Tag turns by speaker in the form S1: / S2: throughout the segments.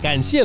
S1: 感谢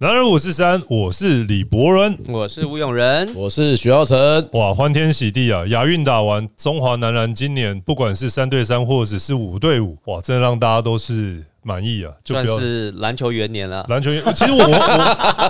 S2: 男人五四三，我是李博仁。
S3: 我是吴永
S2: 哦
S3: 仁，
S4: 我是许耀成，
S2: 哇，欢天喜地啊！亚运打完，中华男篮今年不管是三对三或者是五对五，哇，真的让大家都是满意啊！就
S3: 算
S2: 不要
S3: 是篮球元年了。
S2: 篮球员，呃其实我我 我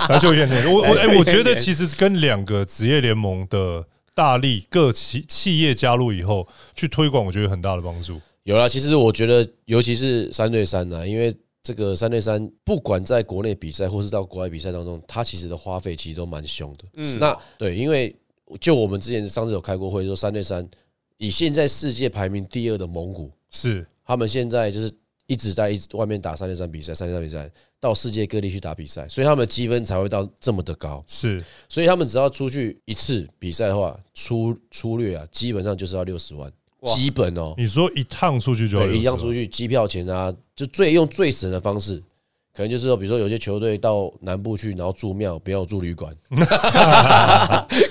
S2: 篮球员联，我我哎、我觉得其实跟两个职业联盟的大力各企企业加入以后去推广，我觉得有很大的帮助。
S4: 有啦，其实我觉得，尤其是三对三啊，因为这个三对三，不管在国内比赛或是到国外比赛当中，它其实的花费其实都蛮凶的。
S3: 嗯
S4: 那对，因为就我们之前上次有开过会说，三对三以现在世界排名第二的蒙古，
S2: 是
S4: 他们现在就是一直在一直外面打三对三比赛，三对三比赛到世界各地去打比赛，所以他们的积分才会到这么的高。
S2: 是，
S4: 所以他们只要出去一次比赛的话，粗粗略啊，基本上就是要六十万，
S3: 哇
S4: 基本哦、
S2: 你说一趟出去就要
S4: 对，一样出
S2: 去，
S4: 去机票钱啊，就最用最省的方式，可能就是说，比如说有些球队到南部去，然后住庙，不要住 旅馆，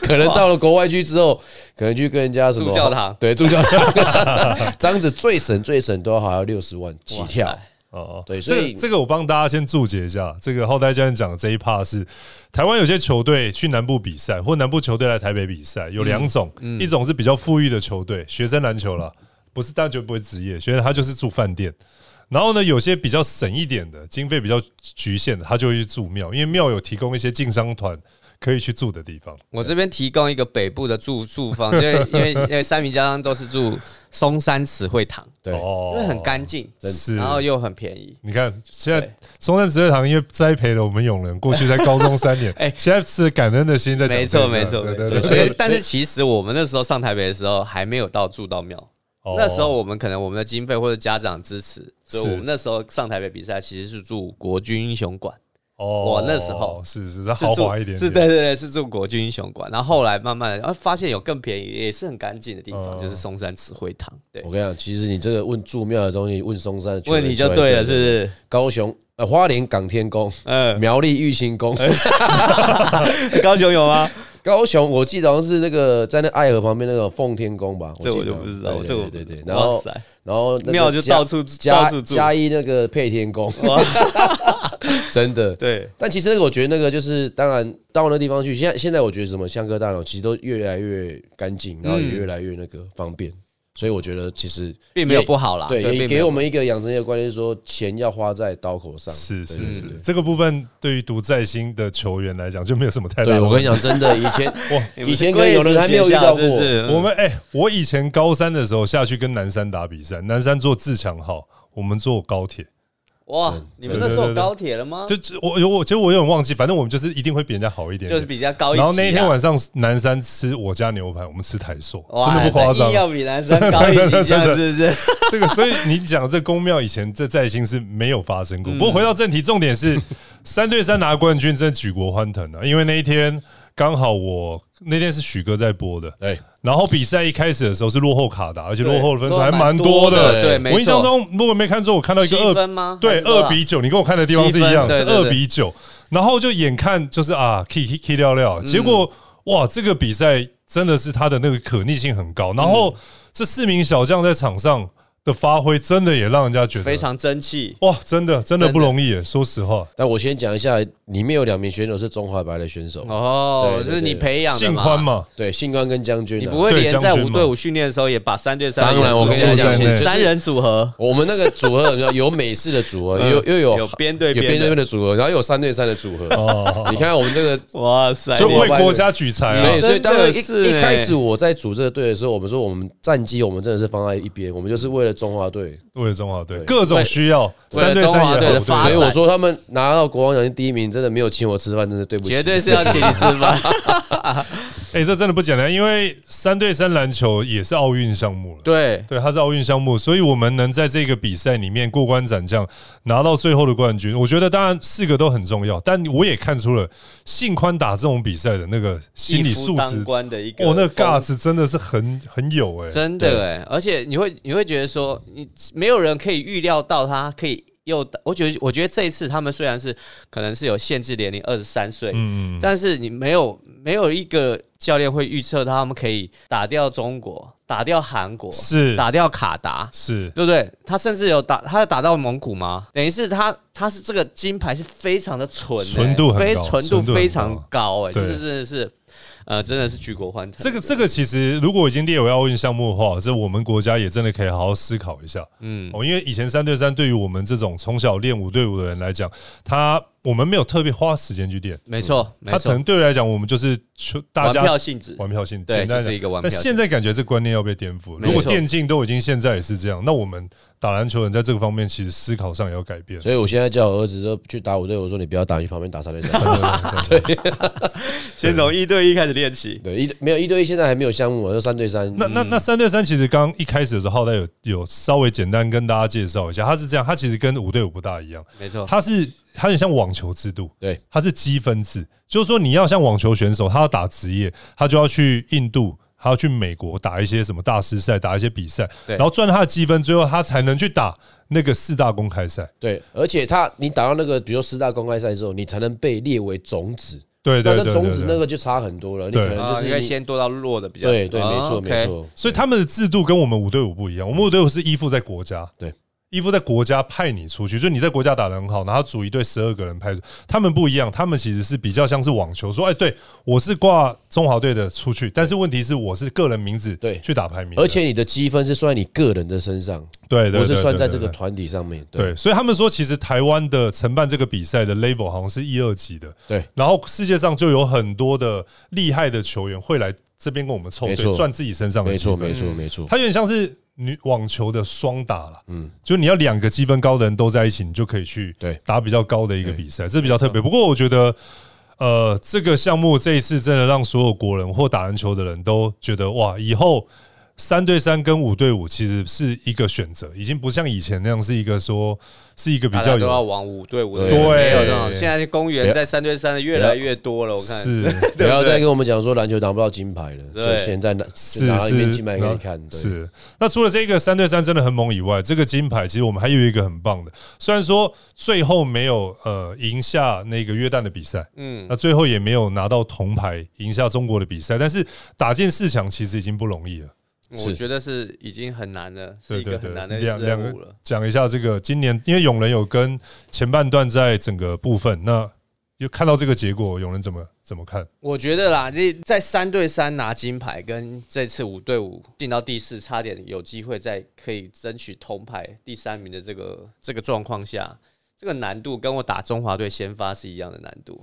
S4: 可能到了国外去之后，可能去跟人家什么
S3: 住教堂
S4: 对，住教堂， 这样子最省最省都要好像六十万起
S3: 哇
S4: 跳
S3: 塞，
S2: 哦，
S4: 对所
S2: 这
S4: 以
S2: 个这个我帮大家先注解一下，这个浩代教练讲的这一 part 是台湾有些球队去南部比赛，或南部球队来台北比赛，有两种，
S3: 嗯
S2: 一种是比较富裕的球队，学生篮球啦，不是大家绝不会职业，学生他就是住饭店。然后呢，有些比较省一点的，经费比较局限的，他就会去住庙，因为庙有提供一些竞商团可以去住的地方。
S3: 我这边提供一个北部的住 宿方，因为因为因为三明家乡都是住松山慈惠堂，
S4: 对，
S2: 哦
S3: 因为很干净，
S2: 是
S3: 然后又很便宜。
S2: 你看，现在
S3: 对
S2: 松山职业堂因为栽培了我们永仁，过去在高中三年，
S3: 哎
S2: 现在是感恩的心在讲
S3: 没
S2: 这个。
S3: 错，没错，没
S2: 啊对对
S3: 错。
S2: 对
S3: 所以，但是其实我们那时候上台北的时候，还没有到住到庙。
S2: 哦
S3: 那时候我们可能我们的经费或者家长支持，所以
S2: 是
S3: 我们那时候上台北比赛其实是住国军英雄馆，
S2: 哦，
S3: 我那时候
S2: 是是，它
S3: 是
S2: 豪
S3: 住
S2: 华一点点，
S3: 是对对对，是住国军英雄馆。然后后来慢慢的，啊，发现有更便宜，也是很干净的地方，
S2: 嗯
S3: 就是松山慈惠堂。对
S4: 我，跟你讲，其实你这个问住庙的东西，问松山的球员，
S3: 问你就
S4: 球员
S3: 对了，是不？是？
S4: 高雄呃花莲港 天宫、
S3: 嗯，
S4: 苗栗玉 清宫。
S3: 呃高雄有吗？
S4: 高雄，我记得好像是那个在那爱河旁边那个奉天宫吧，
S3: 这
S4: 记
S3: 我
S4: 得
S3: 就不知道，
S4: 对
S3: 这我
S4: 对对对，然后
S3: 哇塞
S4: 然后那个
S3: 庙就
S4: 嘉
S3: 到处到
S4: 嘉
S3: 处住，
S4: 嘉义那个配天宫，
S3: 哇，
S4: 真的。
S3: 对，
S4: 但其实那个我觉得那个就是，当然到那地方去，现在现在我觉得什么香哥大楼其实都越来越干净，然后也越来越那个方便，所以我觉得其实
S3: 并没有不好啦，啊
S4: 对也
S3: 并没
S4: 给
S3: 有
S4: 我们一个养成一个观念，说钱要花在刀口上。
S2: 是是
S4: 对
S2: 是，这个部分对于独在心的球员来讲就没有什么太大。
S4: 对，我跟你，讲，真的，以前
S3: 你
S4: 我
S3: 们
S4: 以
S3: 是
S4: 前可能
S3: 贵
S4: 有
S3: 族
S4: 人还没有
S3: 学
S4: 遇
S3: 校
S4: 到
S3: 是不
S4: 过，
S3: 是
S2: 我们哎、我以前高三的时候下去跟南山打比赛，南山坐自强号，我们坐高铁，
S3: 嗯哇，你们那时候有高铁了吗？
S2: 就就我有我其实我有点忘记，反正我们就是一定会比人家好一点
S3: 就是
S2: 点。
S3: 比较高一级
S2: 然
S3: 啊啦。
S2: 后那一天晚上，南山吃我家牛排，我们吃台塑，
S3: 哇，
S2: 真的不夸张
S3: 硬。要比男生高一级，这样是不是？
S2: 这个，所以你讲这公庙以前这在兴是没有发生过。不过回到正题，重点是三对三拿冠军，真的举国欢腾啊！因为那一天刚好我那天是许哥在播的，
S4: 对，
S2: 然后比赛一开始的时候是落后卡达，而且 落后的分数还
S3: 对
S2: 蛮多
S3: 落后蛮多的
S2: 的。
S3: 对没错
S2: 我印象中如果没看错，我看到一个
S3: 七
S2: 二
S3: 分吗
S2: 对，
S3: 还是多
S2: 二
S3: 少
S2: 比九，你跟我看的地方是一样，
S3: 七分
S2: 是
S3: 对对
S2: 二
S3: 对嗯
S2: 比九。然后就眼看就是啊，k k k 掉掉，结果哇，这个比赛真的是他的那个可逆性很高。然
S3: 嗯
S2: 后这四名小将在场上的发挥，真的也让人家觉得
S3: 非常争气，
S2: 哇，真的真
S3: 真
S2: 的
S3: 的
S2: 不容易耶。说实话，
S4: 但我先讲一下，里面有两名选手是中华白的选手，
S3: 哦，
S4: 对对
S3: 就是你
S4: 对
S3: 培养的
S2: 信宽，嘛，
S4: 对，信官跟将军、啊。
S3: 你不会
S2: 对
S3: 连
S2: 将
S3: 在
S2: 军
S3: 五对
S2: 嘛
S3: 五训练的时候也把三对三
S4: 当然
S3: 人组
S4: 我跟
S2: 你
S3: 合
S2: 讲
S3: 在一起
S2: 就是
S3: 三人组合，
S4: 我们那个组合很重 要，有美式的组合，又又有
S3: 有边对
S4: 有
S3: 边
S4: 边对
S3: 的
S4: 边的组合，然后有三对三的组合。你看我们这个，
S3: 哇塞，
S2: 就
S4: 我
S2: 为国家举才
S4: 所
S2: 啊
S4: 以。所以当然一
S3: 哦真的是
S4: 一
S3: 欸
S4: 开始我在组这个队的时候，我们说我们战绩我们真的是放在一边，我们就是为了中华队。
S2: 为了中华队
S4: 对
S2: 各种需要，
S3: 为了
S2: 三对
S3: 中
S2: 三
S3: 华
S2: 也好，
S3: 队的
S2: 对
S3: 发
S4: 所
S3: 展
S4: 以我说他们拿到国王奖金第一名，真的没有请我吃饭，真的对不起。
S3: 绝对是要请你吃饭。
S2: 哎、这真的不简单，因为三对三篮球也是奥运项目了。
S3: 对，
S2: 对，它是奥运项目，所以我们能在这个比赛里面过关斩将，拿到最后的冠军，我觉得当然四个都很重要，但我也看出了信宽打这种比赛的那个心理
S3: 一夫
S2: 素
S3: 当
S2: 质，
S3: 关的一个
S2: 哦，那
S3: 风
S2: 尬子真的是很很有哎、
S3: 欸真的哎，而且你会你会觉得说，你没没有人可以预料到他可以又，我觉得我觉得这一次他们虽然是可能是有限制年龄二十三岁，
S2: 嗯，
S3: 但是你没有没有一个教练会预测他们可以打掉中国，打掉韩国，
S2: 是
S3: 打掉卡达，
S2: 是
S3: 对不对？他甚至有打，他有打到蒙古吗？等于是他，他是这个金牌是非常的纯、欸，
S2: 纯度很
S3: 非
S2: 高
S3: 纯
S2: 纯度很
S3: 非常
S2: 高
S3: 高、欸，哎，
S2: 对
S3: 这真的是，呃，真的是举国欢腾。
S2: 这个这个其实如果已经列为奥运项目的话，这我们国家也真的可以好好思考一下。嗯，哦，因为以前三对三对于我们这种从小练武队伍的人来讲，他我们没有特别花时间去练，
S3: 没错，没
S2: 嗯他可
S3: 错
S2: 能，对我来讲，我们就是求大
S3: 玩
S2: 家
S3: 票性质，
S2: 玩票性，
S3: 对
S2: 简单
S3: 这是一个玩票
S2: 但
S3: 性
S2: 现在感觉这观念要被颠覆。
S3: 没错
S2: 如果电竞都已经现在也是这样，那我们打篮球人在这个方面其实思考上也要改变。
S4: 所以我现在叫我儿子就去打五对，我说你不要打，你去旁边打三对三。
S3: 先从一对一开始练起。
S4: 对，一没有一对一现在还没有项目嘛，就三对三。
S2: 那那那三对三其实刚刚一开始的时候，浩代有有稍微简单跟大家介绍一下，它是这样，它其实跟五对五不大一样，
S3: 没错，
S2: 它是它很像网球制度，
S4: 对，
S2: 它是积分制，就是说你要像网球选手，他要打职业，他就要去印度。他要去美国打一些什么大师赛，打一些比赛，
S3: 对
S2: 然后赚他的积分，最后他才能去打那个四大公开赛。
S4: 对，而且他你打到那个，比如说四大公开赛之后，你才能被列为种子。
S2: 对对对
S4: 那那
S2: 对
S4: 种子
S2: 对
S4: 那个就差很多了，你
S2: 对
S4: 可能
S3: 啊，
S4: 就是
S3: 应
S4: 你
S3: 该先多到弱的比较。
S4: 对对，没
S3: 啊
S4: 错
S3: ，OK
S4: 没。错。
S2: 所以他们的制度跟我们五对五不一样，我们五对五是依附在国家，
S4: 对，
S2: 依附在国家派你出去，就是你在国家打得很好，然后组一队十二个人派出，他们不一样，他们其实是比较像是网球，说哎，对我是挂中华队的出去，但是问题是我是个人名字
S4: 对
S2: 去打排名的，
S4: 而且你的积分是算在你个人的身上，
S2: 对对
S4: 不是
S2: 对
S4: 算
S2: 对
S4: 在
S2: 对
S4: 这个
S2: 对
S4: 团体上面。对
S2: 对，所以他们说，其实台湾的承办这个比赛的 label 好像是一二级的，
S4: 对，
S2: 然后世界上就有很多的厉害的球员会来这边跟我们凑
S4: 没
S2: 队，
S4: 错
S2: 赚自己身上的
S4: 没
S2: 积
S4: 错
S2: 分。
S4: 没错没错。
S2: 它有点像是女网球的双打了，嗯，就你要两个积分高的人都在一起，你就可以去
S4: 对
S2: 打比较高的一个比赛，这比较特别。不过我觉得，呃，这个项目这一次真的让所有国人或打篮球的人都觉得哇，以后。三对三跟五对五其实是一个选择，已经不像以前那样是一个说是一个比
S3: 大
S2: 较
S3: 家都要
S2: 有
S3: 往五对五的，
S4: 对
S3: 没有那种。
S2: 对
S3: 现在公园在三对三的越来越多了，我看
S2: 是
S4: 不要再跟我们讲说篮球拿不到金牌了，
S3: 对
S4: 就现在拿
S2: 是
S4: 拿到一面
S2: 是
S4: 金牌给你看。对
S2: 是，那除了这个三对三真的很猛以外，这个金牌其实我们还有一个很棒的，虽然说最后没有呃赢下那个约旦的比赛，嗯，那最后也没有拿到铜牌赢下中国的比赛，但是打进四强其实已经不容易了。
S3: 我觉得是已经很难了，是
S2: 对
S3: 一个
S2: 对
S3: 很
S2: 对
S3: 难的，
S2: 两两
S3: 任务
S2: 个
S3: 了。
S2: 讲一下这个今年，因为永仁有跟前半段在整个部分，那就看到这个结果，永仁怎么怎么看？
S3: 我觉得啦，这在三对三拿金牌，跟这次五对五进到第四，差点有机会再可以争取铜牌第三名的这个这个状况下，这个难度跟我打中华队先发是一样的难度。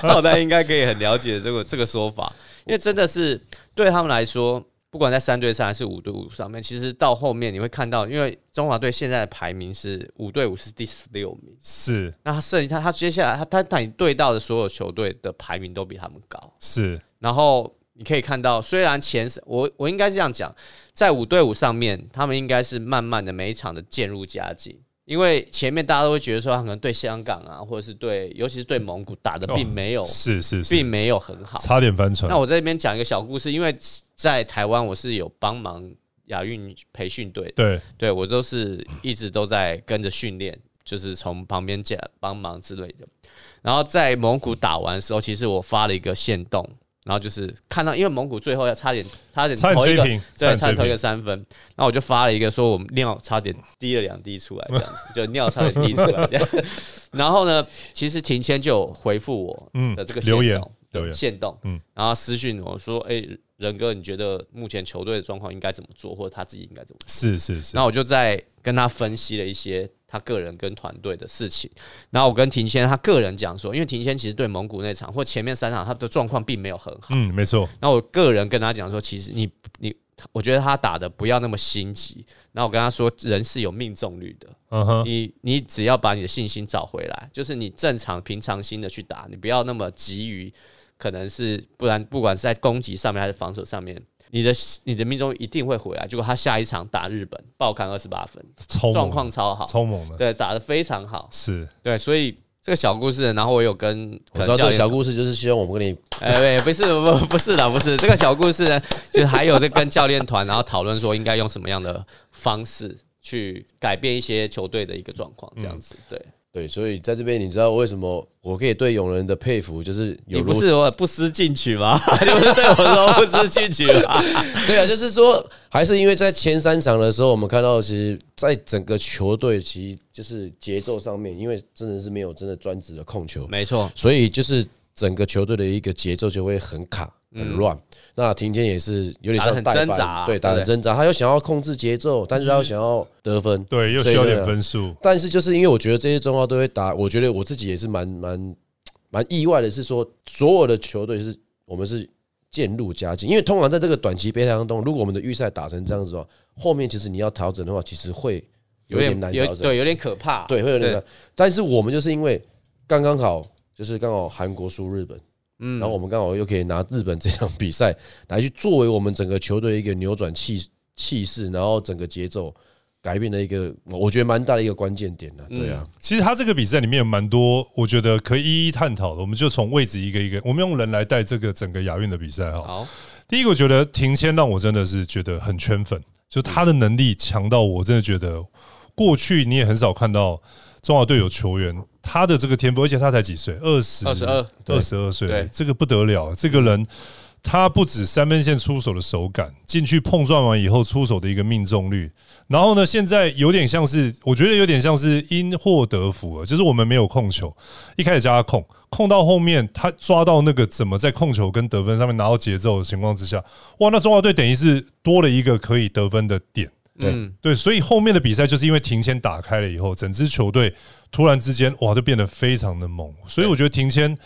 S3: 大家应该可以很了解这个这个说法，因为真的是对他们来说，不管在三对三还是五对五上面，其实到后面你会看到，因为中华队现在的排名是五对五是第十六名。
S2: 是
S3: 那他剩下他接下来他他他你对到的所有球队的排名都比他们高，
S2: 是，
S3: 然后你可以看到，虽然前三我我应该是这样讲，在五对五上面，他们应该是慢慢的每一场的渐入佳境，因为前面大家都会觉得说他可能对香港啊，或者是对尤其是对蒙古打的并没有、
S2: 是是
S3: 并
S2: 是，
S3: 没有很好。
S2: 差点翻船
S3: 那。我在这边讲一个小故事，因为在台湾我是有帮忙亚运培训队的
S2: 对，
S3: 对我都是一直都在跟着训练，就是从旁边加帮忙之类的。然后在蒙古打完的时候，其实我发了一个线动，然后就是看到，因为蒙古最后要差点差点
S2: 差点
S3: 投一个
S2: 追平
S3: 对，
S2: 差
S3: 差
S2: 点追平
S3: 点投一个三分，那我就发了一个说我们尿差点滴了两滴出来，这样子就尿差点滴出来这样。然后呢，其实庭谦就有回复我
S2: 嗯
S3: 的这个
S2: 留
S3: 线
S2: 言
S3: 动
S2: 留言
S3: 线动，
S2: 嗯
S3: 然后私讯我说，哎、仁哥，你觉得目前球队的状况应该怎么做，或者他自己应该怎么做？
S2: 是是是
S3: 然，后我就在跟他分析了一些他个人跟团队的事情。然后我跟庭谦他个人讲说，因为庭谦其实对蒙古那场或前面三场他的状况并没有很好。
S2: 嗯，没错，
S3: 然后我个人跟他讲说，其实你你，我觉得他打的不要那么心急。然后我跟他说，人是有命中率的，
S2: 嗯哼。
S3: 你你只要把你的信心找回来，就是你正常平常心的去打，你不要那么急于，可能是不然不管是在攻击上面还是防守上面，你的你的命中一定会回来。结果他下一场打日本爆砍二十八分，
S2: 超猛
S3: 状况超好，
S2: 超猛的，
S3: 对，打得非常好，
S2: 是
S3: 对，所以。这个小故事，然后我有跟
S4: 我
S3: 可
S4: 知
S3: 能
S4: 道这
S3: 教
S4: 个
S3: 练
S4: 小故事就是希望我们跟你
S3: 哎，对，不是， 不，不是的，不是这个小故事呢，就是还有在跟教练团，然后讨论说应该用什么样的方式去改变一些球队的一个状况，这样子。对
S4: 对，所以在这边你知道为什么我可以对永仁的佩服，就是有
S3: 你
S4: 如
S3: 不是我不思进取 吗？就是对我说不思进取吗？
S4: 对啊，就是说还是因为在前三场的时候，我们看到其实在整个球队其实就是节奏上面，因为真的是没有真的专职的控球，
S3: 没错，
S4: 所以就是整个球队的一个节奏就会很卡、很乱。那庭坚也是有点像
S3: 嗯打得很
S4: 代班
S3: 挣扎啊
S4: 对，打得
S3: 对
S4: 很挣扎。他又想要控制节奏，但是他又想要得分，
S2: 对，又
S4: 所以
S2: 需要
S4: 呢
S2: 点分数。
S4: 但是就是因为我觉得这些中华队会打，我觉得我自己也是蛮蛮蛮意外的，是说所有的球队是我们是渐入佳境，因为通常在这个短期杯赛当中，如果我们的预赛打成这样子的话，后面其实你要调整的话，其实会有点难 调
S3: 有
S4: 整，
S3: 对有点可怕。
S4: 对，会有点
S3: 对
S4: 难。但是我们就是因为刚刚好，就是刚好韩国输日本。嗯，然后我们刚好又可以拿日本这场比赛来去作为我们整个球队一个扭转气气势，然后整个节奏改变的一个，我觉得蛮大的一个关键点呢、对啊，
S2: 其实他这个比赛里面有蛮多，我觉得可以一一探讨的。我们就从位置一个一个，我们用人来带这个整个亚运的比赛哈。
S3: 好，
S2: 第一个，我觉得庭谦让我真的是觉得很圈粉，就他的能力强到我真的觉得，过去你也很少看到中华队有球员他的这个天赋，而且他才几岁，二十
S3: 22
S2: 二十二岁
S3: 对，
S2: 这个不得了，这个人。他不止三分线出手的手感，进去碰撞完以后出手的一个命中率，然后呢，现在有点像是，我觉得有点像是因祸得福了，就是我们没有控球，一开始叫他控，控到后面他抓到那个怎么在控球跟得分上面拿到节奏的情况之下，哇，那中华队等于是多了一个可以得分的点。
S3: 嗯，
S2: 对，所以后面的比赛就是因为庭谦打开了以后，整支球队突然之间哇，就变得非常的猛。所以我觉得庭谦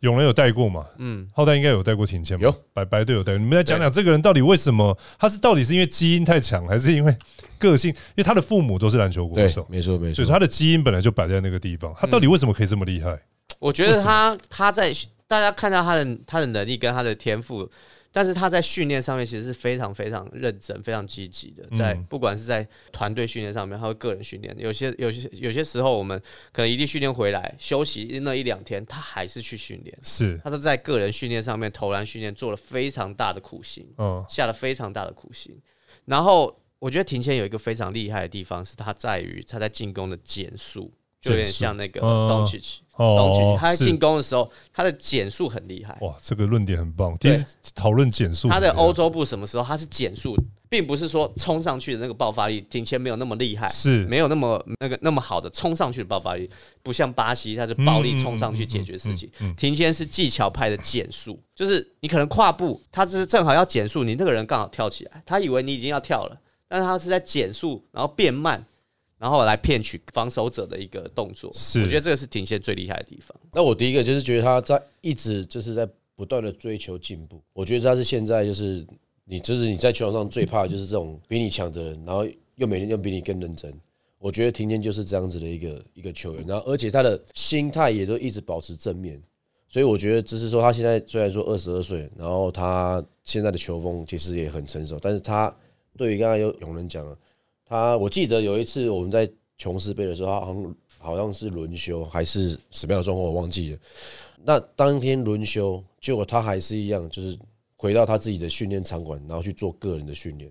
S2: 永人有带过嘛，嗯，浩代应该有带过庭谦吧？
S4: 有，
S2: 白白队有带过。你们来讲讲这个人到底为什么？他是到底是因为基因太强，还是因为个性？因为他的父母都是篮球国
S4: 对
S2: 手，，
S4: 没错没
S2: 所
S4: 错
S2: 以。他的基因本来就摆在那个地方。他到底为什么可以这么厉害？
S3: 我觉得他他在大家看到他的他的能力跟他的天赋，但是他在训练上面其实是非常非常认真、非常积极的，在
S2: 嗯
S3: 不管是在团队训练上面，还有个人训练，有些有些有些时候我们可能一地训练回来休息那一两天，他还是去训练，
S2: 是，
S3: 他都在个人训练上面、投篮训练做了非常大的苦心。
S2: 嗯，
S3: 下了非常大的苦心。然后我觉得庭谦有一个非常厉害的地方是，他在于他在进攻的减速，就有点
S2: 减速
S3: 像那个
S2: 嗯
S3: d o n c i c
S2: 哦
S3: d o n c i c 他在
S2: 是哦
S3: 进攻的时候，他的减速很厉害。
S2: 哇，这个论点很棒。第
S3: 对
S2: 一次讨论减速，
S3: 他的欧洲步什么时候他是减速，并不是说冲上去的那个爆发力，庭谦没有那么厉害，
S2: 是
S3: 没有那么那个那么好的冲上去的爆发力，不像巴西，他是暴力冲上去解决事情。
S2: 嗯
S3: 庭谦是技巧派的减速，就是你可能跨步，他只是正好要减速，你那个人刚好跳起来，他以为你已经要跳了，但是他是在减速，然后变慢。然后来骗取防守者的一个动作，
S2: 是
S3: 我觉得这个是庭谦最厉害的地方。
S4: 那我第一个就是觉得他在一直就是在不断的追求进步，我觉得他是现在就是你就是你在球场上最怕的就是这种比你强的人，然后又每天又比你更认真。我觉得庭健就是这样子的一个一个球员，然后而且他的心态也都一直保持正面，所以我觉得只是说他现在虽然说二十二岁，然后他现在的球风其实也很成熟，但是他对于刚才有有人讲了，啊他我记得有一次我们在琼斯杯的时候，他好像好像是轮休还是什么样的状况，我忘记了。那当天轮休，结果他还是一样，就是回到他自己的训练场馆，然后去做个人的训练。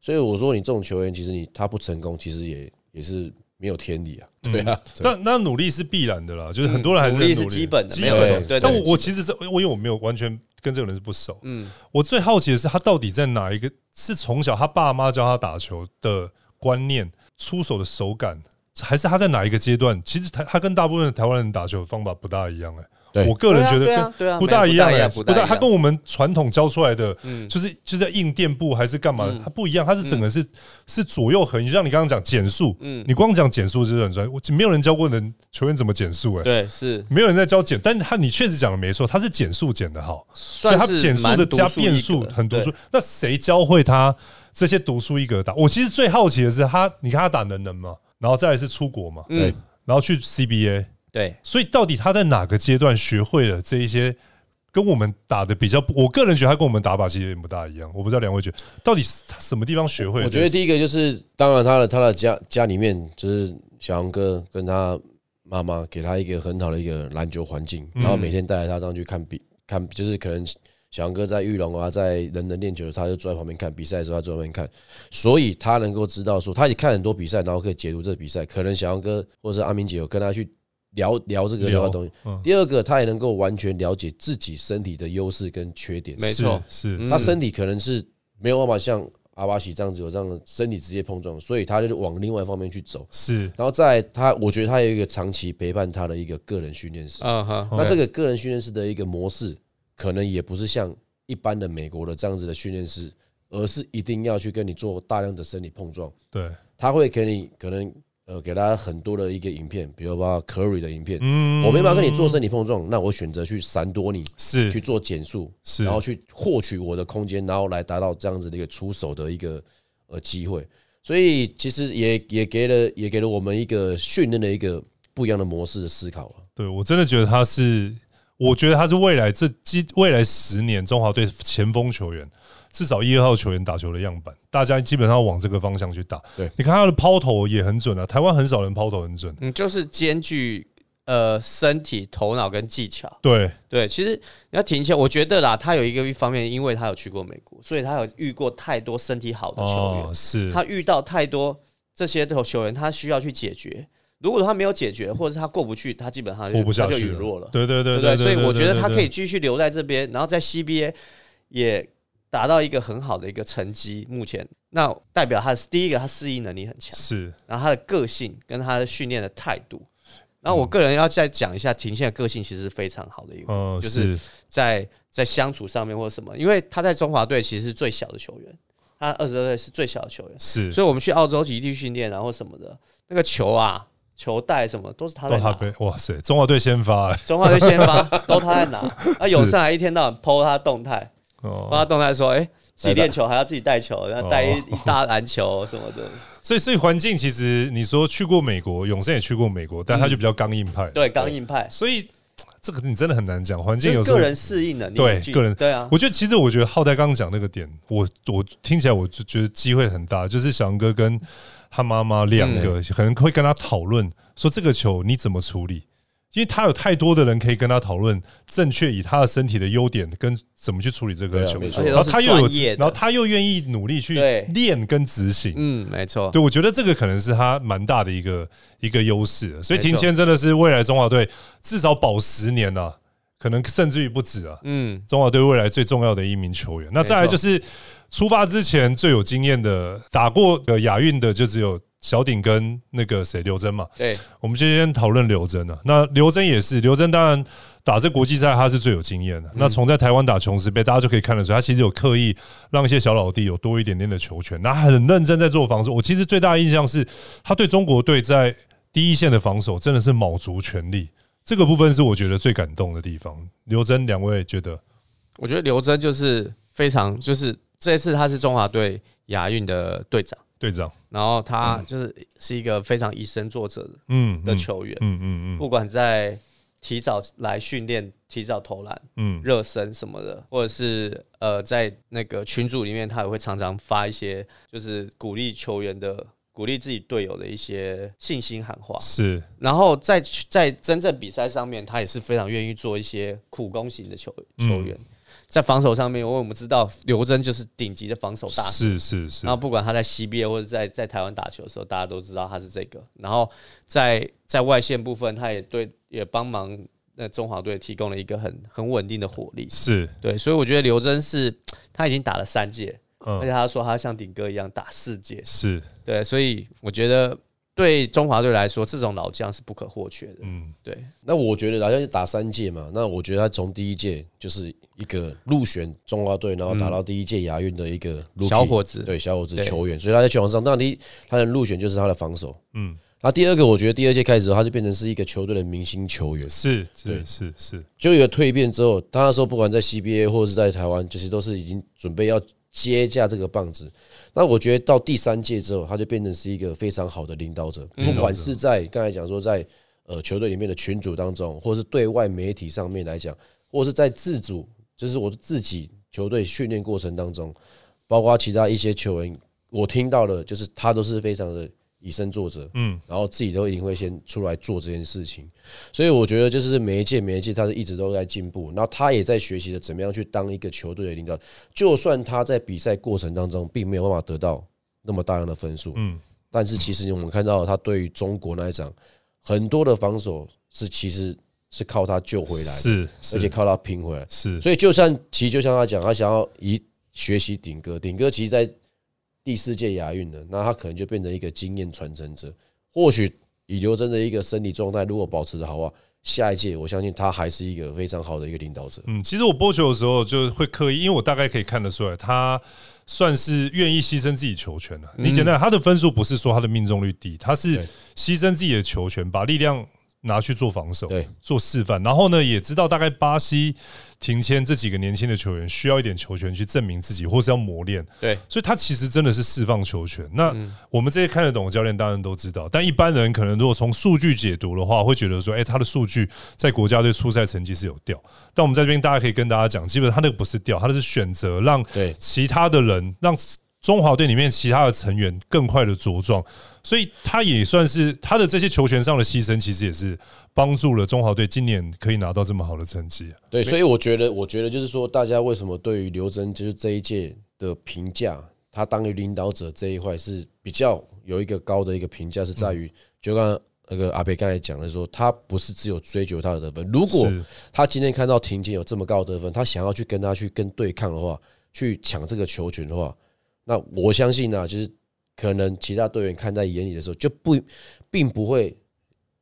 S4: 所以我说，你这种球员，其实你他不成功，其实也也是没有天理啊，对啊，
S2: 那那努力是必然的啦，就是很多人还是很
S3: 嗯努力
S2: 努
S3: 是基本的
S2: 基
S3: 没有
S4: 错
S2: 本
S4: 对
S2: 但
S3: 对
S2: 我我其实这我因为我没有完全跟这个人是不熟，
S3: 嗯，
S2: 我最好奇的是他到底在哪一个是从小他爸妈教他打球的观念、出手的手感，还是他在哪一个阶段？其实他他跟大部分的台湾人打球的方法不大一样哎、
S4: 对
S2: 我个人觉得
S3: 对啊
S2: 跟
S3: 对啊对啊
S2: 不大
S3: 没有
S2: 一样
S3: 不大一
S2: 哎、
S3: 样
S2: 不
S3: 不
S2: 大
S3: 大一样
S2: 他跟我们传统教出来的，
S3: 嗯
S2: 就是就是在硬垫步还是干嘛的，他不一样，他是整个是是左右横移，就像你刚刚讲减速，
S3: 嗯
S2: 你光讲减速就是很专业，我没有人教过人球员怎么减速哎、
S3: 对，是
S2: 没有人在教减，但他你确实讲的没错，他是减速减的好，所以
S3: 算
S2: 他
S3: 是
S2: 减速
S3: 蛮
S2: 的
S3: 独
S2: 加
S3: 树
S2: 变
S3: 一
S2: 速
S3: 格
S2: 很独
S3: 对
S2: 树。那谁教会他这些独树一格的打？我其实最好奇的是他，你看他打能能嘛，然后再来是出国嘛，
S4: 对
S3: 嗯，
S2: 然后去 CBA，
S3: 对，
S2: 所以到底他在哪个阶段学会了这一些跟我们打的比较不？我个人觉得他跟我们打法其实有点不大一样，我不知道两位觉得到底是他什么地方学会了
S4: 我
S2: 这
S4: 觉
S2: 些
S4: 得
S2: 事？
S4: 第一个就是，当然他的他的家家里面就是小杨哥跟他妈
S2: 嗯
S4: 妈给他一个很好的一个篮球环境，然后每天带着他上去看比看，就是可能小杨哥在玉龙啊，在人人练球的时候，他就坐在旁边看比赛的时候，他坐在旁边看，所以他能够知道说，他也看很多比赛，然后可以解读这个比赛。可能小杨哥或者是阿明姐有跟他去聊聊这个
S2: 聊
S4: 聊的东西。
S2: 嗯
S4: 第二个，他也能够完全了解自己身体的优势跟缺点。
S3: 没错
S2: 是
S3: 嗯
S2: 是
S4: 他身体可能是没有办法像阿巴西这样子有这样的身体直接碰撞，所以他就是往另外一方面去走。
S2: 是，
S4: 然后再来他，我觉得他有一个长期陪伴他的一个个人训练师。
S3: 嗯哼，
S2: 哦
S4: 那这
S3: 个
S4: 个个人训练师的一个模式，可能也不是像一般的美国的这样子的训练师，而是一定要去跟你做大量的身体碰撞。
S2: 对，
S4: 他会给你可能呃给大家很多的一个影片，比如包括 Curry 的影片。
S2: 嗯
S4: 我没办法跟你做身体碰撞，那我选择去闪躲你，
S2: 是
S4: 去做减速，
S2: 是，
S4: 然后去获取我的空间，然后来达到这样子的一个出手的一个呃机会。所以其实也也给了也给了我们一个训练的一个不一样的模式的思考了。啊
S2: 对我真的觉得他是，我觉得他是未来这几未来十年中华队前锋球员，至少一二号球员打球的样板，大家基本上往这个方向去打。
S4: 对
S2: 你看他的抛投也很准啊，台湾很少人抛投很准。
S3: 嗯，就是兼具呃身体、头脑跟技巧。
S2: 对，
S3: 对，其实你要停一下，我觉得啦，他有一个一方面，因为他有去过美国，所以他有遇过太多身体好的球员，
S2: 哦，是，
S3: 他遇到太多这些球球员，他需要去解决。如果他没有解决，或者是他过不去，他基本上就
S2: 活不下
S3: 他就
S2: 去
S3: 陨落了。
S2: 对对对
S3: 对不对？所以我觉得
S2: 对
S3: 他
S2: 对
S3: 可以继续留在这边，然后在 CBA 也达到一个很好的一个成绩。目前，那代表他的第一个，他适应能力很强，
S2: 是
S3: 然后他的个性跟他的训练的态度。然后我个人要再讲一下，庭宪的个性其实是非常好的一个，
S2: 嗯
S3: 就是
S2: 是
S3: 在在相处上面或者什么，因为他在中华队其实是最小的球员，他二十二岁是最小的球员，
S2: 是，
S3: 所以我们去澳洲极地训练，然后什么的，那个球啊、球带什么都是他
S2: 都
S3: 在
S2: 他
S3: 拿。
S2: 被哇塞，中华队先发欸
S3: 中华队先 发都他在拿，啊，有上还一天到晚 PO 他动态，PO
S2: 哦，
S3: 他动态说，哎、自己练球还要自己带球，然后带一一大篮球什么的，
S2: 所以所以环境其实你说去过美国，永生也去过美国，但他就比较刚硬派，
S3: 嗯对，刚硬派，
S2: 所以这个你真的很难讲，环境
S3: 就
S2: 有
S3: 是
S2: 时候
S3: 个人适应能力，
S2: 对
S3: 具
S2: 个人
S3: 对啊，
S2: 我觉得其实我觉得浩代刚刚讲那个点，我我听起来我就觉得机会很大，就是小杨哥跟他妈妈两
S3: 嗯
S2: 个可能会跟他讨论说这个球你怎么处理，因为他有太多的人可以跟他讨论正确以他的身体的优点跟怎么去处理这个
S4: 对啊
S2: 球，
S4: 没错
S2: 然后他又
S3: 而且
S2: 有
S3: 都是专业的
S2: 然后他又愿意努力去
S3: 对
S2: 练跟执行，
S3: 嗯，没错，
S2: 对，我觉得这个可能是他蛮大的一个一个优势，所以
S3: 没错
S2: 庭谦真的是未来中华队至少保十年啊，可能甚至于不止啊，
S3: 嗯，
S2: 中华队未来最重要的一名球员。那再来就是出发之前最有经验的，打过呃亚运的就只有小鼎跟那个谁刘真嘛。
S3: 对，
S2: 我们今天讨论刘真啊，那刘真也是，刘真当然打这国际赛他是最有经
S3: 嗯
S2: 验的。那从在台湾打琼斯杯，大家就可以看得出，他其实有刻意让一些小老弟有多一点点的球权，那他很认真在做防守。我其实最大的印象是，他对中国队在第一线的防守真的是卯足全力。这个部分是我觉得最感动的地方。刘真，两位觉得？
S3: 我觉得刘真就是非常，就是这次他是中华队亚运的队长，
S2: 队长，
S3: 然后他就是是一个非常以身作则的
S2: 嗯，
S3: 的球员，
S2: 嗯，嗯嗯嗯
S3: 不管在提早来训练、提早投篮。
S2: 嗯，
S3: 热身什么的，或者是呃，在那个群组里面，他也会常常发一些就是鼓励球员的、鼓励自己队友的一些信心喊话。
S2: 是
S3: 然后在在真正比赛上面，他也是非常愿意做一些苦攻型的球
S2: 嗯
S3: 球员。在防守上面，因为我们知道刘真就是顶级的防守大师。
S2: 是是是
S3: 然，后不管他在 CBA 或者在在台湾打球的时候，大家都知道他是这个。然后在在外线部分，他也对也帮忙那中华队提供了一个很很稳定的火力。
S2: 是，
S3: 对，所以我觉得刘真是他已经打了三届，而且
S2: 嗯，
S3: 他说他像顶哥一样打四届。
S2: 是，
S3: 对，所以我觉得对中华队来说，这种老将是不可或缺的。
S2: 嗯，
S3: 对，
S4: 那我觉得好像打三届嘛，那我觉得他从第一届就是一个入选中华队，然后打到第一届亚运的一个 rookie,
S3: 小伙子
S4: 对小伙子
S3: 对
S4: 球员，所以他在球场上，那第一他能入选就是他的防守。
S2: 嗯，
S4: 那第二个，我觉得第二届开始之后，他就变成是一个球队的明星球员，
S2: 是是
S4: 对
S2: 是是，
S4: 就有一个蜕变之后，他那时候不管在 CBA 或者是在台湾，其实都是已经准备要接下这个棒子。那我觉得到第三届之后，他就变成是一个非常好的领导者，不管是在刚才讲说在呃球队里面的群组当中，或是对外媒体上面来讲，或是在自主，就是我自己球队训练过程当中，包括其他一些球员，我听到的就是他都是非常的以身作则，
S2: 嗯，
S4: 然后自己都一定会先出来做这件事情。所以我觉得就是每一届每一届他是一直都在进步，然后他也在学习着怎么样去当一个球队的领导。就算他在比赛过程当中并没有办法得到那么大量的分数，
S2: 嗯，
S4: 但是其实我们看到他对于中国那一场很多的防守是其实是靠他救回来的，
S2: 是
S4: 而且
S2: 是
S4: 靠他拼回来。
S2: 是，
S4: 所以就像其实就像他讲，他想要以学习顶哥，顶哥其实在第四届亚运了，那他可能就变成一个经验传承者。或许以刘真的一个身体状态，如果保持的好话，下一届我相信他还是一个非常好的一个领导者。
S2: 嗯，其实我播球的时候就会刻意，因为我大概可以看得出来，他算是愿意牺牲自己球权的、你简单，他的分数不是说他的命中率低，他是
S4: 嗯对
S2: 牺牲自己的球权，把力量拿去做防守
S4: 对，
S2: 做示范。然后呢，也知道大概巴西、停签这几个年轻的球员需要一点球权去证明自己，或是要磨练。
S3: 对，
S2: 所以他其实真的是释放球权。那我们这些看得懂的教练当然都知道，但一般人可能如果从数据解读的话，会觉得说，哎、他的数据在国家队初赛成绩是有掉。但我们在这边大家可以跟大家讲，基本上他那个不是掉，他那是选择让
S4: 对
S2: 其他的人，让中华队里面其他的成员更快的茁壮。所以他也算是他的这些球权上的牺牲，其实也是帮助了中华队今年可以拿到这么好的成绩。
S4: 对，所以我觉得，我觉得就是说，大家为什么对于刘真就是这一届的评价，他当于领导者这一块是比较有一个高的一个评价，是在于、就刚刚那个阿北刚才讲的说，他不是只有追求他的得分，如果
S2: 是
S4: 他今天看到庭坚有这么高的得分，他想要去跟他去跟对抗的话，去抢这个球权的话，那我相信啊，就是可能其他队员看在眼里的时候，就不并不会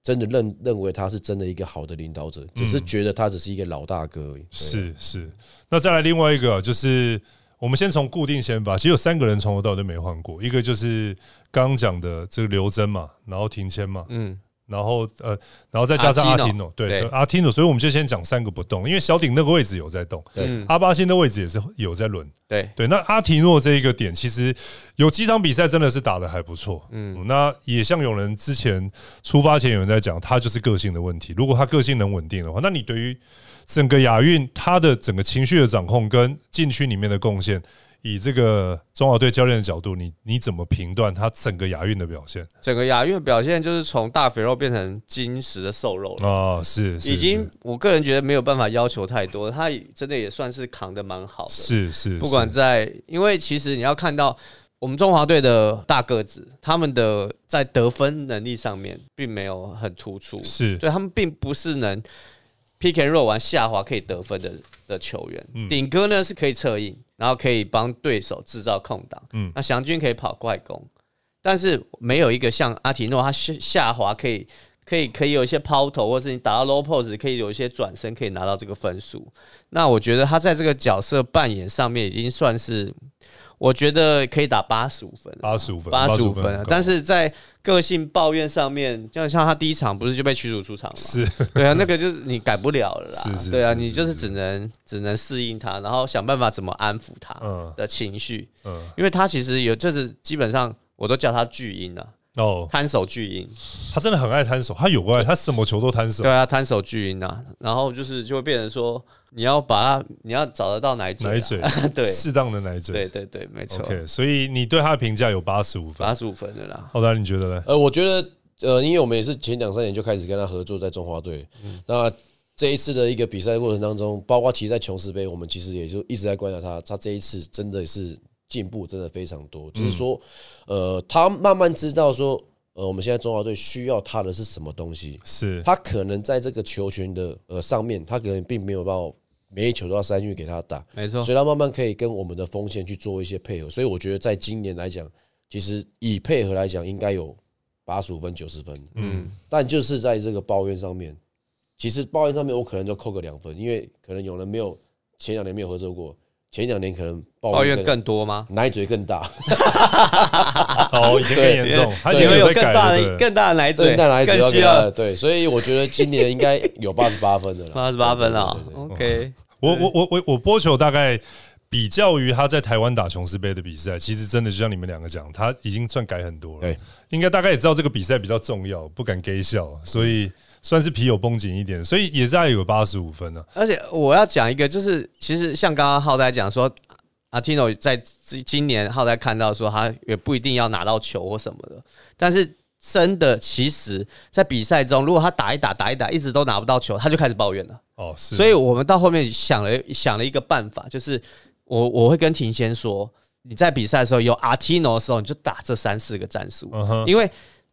S4: 真的认认为他是真的一个好的领导者，只是觉得他只是一个老大哥而已。对啊
S2: 是是，那再来另外一个就是，我们先从固定先发，其实有三个人从头到尾都没换过，一个就是刚刚讲的这个刘真嘛，然后庭谦嘛，
S3: 嗯，
S2: 然后呃，然后再加上阿
S3: 阿
S2: 提
S3: 提
S2: 诺
S3: 诺，
S2: 对
S3: 对
S2: 就阿提诺，所以我们就先讲三个不动，因为小鼎那个位置有在动，
S4: 对
S3: 嗯
S2: 阿巴辛的位置也是有在轮，
S3: 对，
S2: 对，那阿提诺这一个点，其实有几场比赛真的是打的还不错。嗯，那也像有人之前出发前有人在讲，他就是个性的问题。如果他个性能稳定的话，那你对于整个亚运他的整个情绪的掌控跟禁区里面的贡献，以这个中华队教练的角度，你你怎么评断他整个亚运的表现
S3: 整个亚运的表现就是从大肥肉变成金石的瘦肉了。
S2: 啊？是，是
S3: 已经，我个人觉得没有办法要求太多，他真的也算是扛得蛮好的。
S2: 是是，是
S3: 不管在，因为其实你要看到我们中华队的大个子，他们的在得分能力上面并没有很突出，
S2: 是
S3: 对他们并不是能 pick and roll 完下滑可以得分的的球员。顶、哥呢是可以策应，然后可以帮对手制造空档，
S2: 嗯
S3: 嗯，那祥军可以跑快攻，但是没有一个像阿提诺，他下下滑可以。可以可以有一些抛投，或是你打到 low pose，可以有一些转身，可以拿到这个分数。那我觉得他在这个角色扮演上面已经算是，我觉得可以打八十五分了，
S2: 八十五分，
S3: 八十五
S2: 85
S3: 分啊
S2: 很。高
S3: 但是在个性抱怨上面，就像他第一场不是就被驱逐出场嘛？
S2: 是
S3: 对啊，那个就是你改不了了啦。
S2: 是是
S3: 对
S2: 是
S3: 啊，你
S2: 是
S3: 就是
S2: 是
S3: 只能只能适应他，然后想办法怎么安抚他
S2: 嗯
S3: 的情绪，
S2: 嗯
S3: 因为他其实有就是基本上我都叫他巨婴啊，
S2: 哦，
S3: 摊手巨婴。
S2: 他真的很爱摊手，他有过来，他什么球都摊手
S3: 对。啊，摊手巨婴啊，然后就是就会变成说你要把他，你要找得到奶嘴、啊，
S2: 奶嘴
S3: 对
S2: 适当的奶嘴，
S3: 对对对，没错，
S2: OK，所以你对他的评价有八十五分
S3: 八。十五分的啦。
S2: 浩丹，你觉得呢？
S4: 呃，我觉得呃，因为我们也是前两三年就开始跟他合作在中华队，那这一次的一个比赛过程当中，包括其实在琼斯杯，我们其实也就一直在观察他，他这一次真的是进步真的非常多，只是说呃，他慢慢知道说呃，我们现在中华队需要他的是什么东西，
S2: 是
S4: 他可能在这个球权的呃上面，他可能并没有把我每一球都要塞进去给他打，
S3: 没错
S4: 所，以他慢慢可以跟我们的锋线去做一些配合。所以我觉得在今年来讲，其实以配合来讲，应该有八十五分、九十 分。
S3: 嗯，
S4: 但就是在这个抱怨上面，其实抱怨上面我可能就扣个两分，因为可能有人没有前两年没有合作过，前两年可能
S3: 抱
S4: 抱
S3: 怨
S4: 怨
S3: 更多吗？
S4: 奶嘴更 大，
S2: 哦，以前更严重，他以
S3: 因
S2: 前
S3: 为有
S2: 有在
S3: 更
S2: 改
S3: 大
S2: 的
S3: 的。更大的奶嘴，
S4: 更大奶嘴要
S3: 更
S4: 给
S3: 需
S4: 他。
S3: 要
S4: 对，所以我觉得今年应该有八 十八分的了，
S3: 八十八分啊
S4: 对对对对。对
S3: OK，
S2: 我我我我我播球大概比较于他在台湾打琼斯杯的比赛，其实真的就像你们两个讲，他已经算改很多了。
S4: 对，
S2: 应该大概也知道这个比赛比较重要，不敢给笑，所以算是皮有绷紧一点，所以也大概有八十五分呢、
S3: 而且我要讲一个，就是其实像刚刚浩仔讲说，阿 Tino 在今今年后来看到说他也不一定要拿到球或什么的，但是真的其实，在比赛中，如果他打一打打一打，一直都拿不到球，他就开始抱怨了。
S2: 哦，是，
S3: 所以我们到后面想了想了一个办法，就是我我会跟庭先说，你在比赛的时候有 Artino 的时候，你就打这三四个战术，
S2: 嗯哼
S3: 因为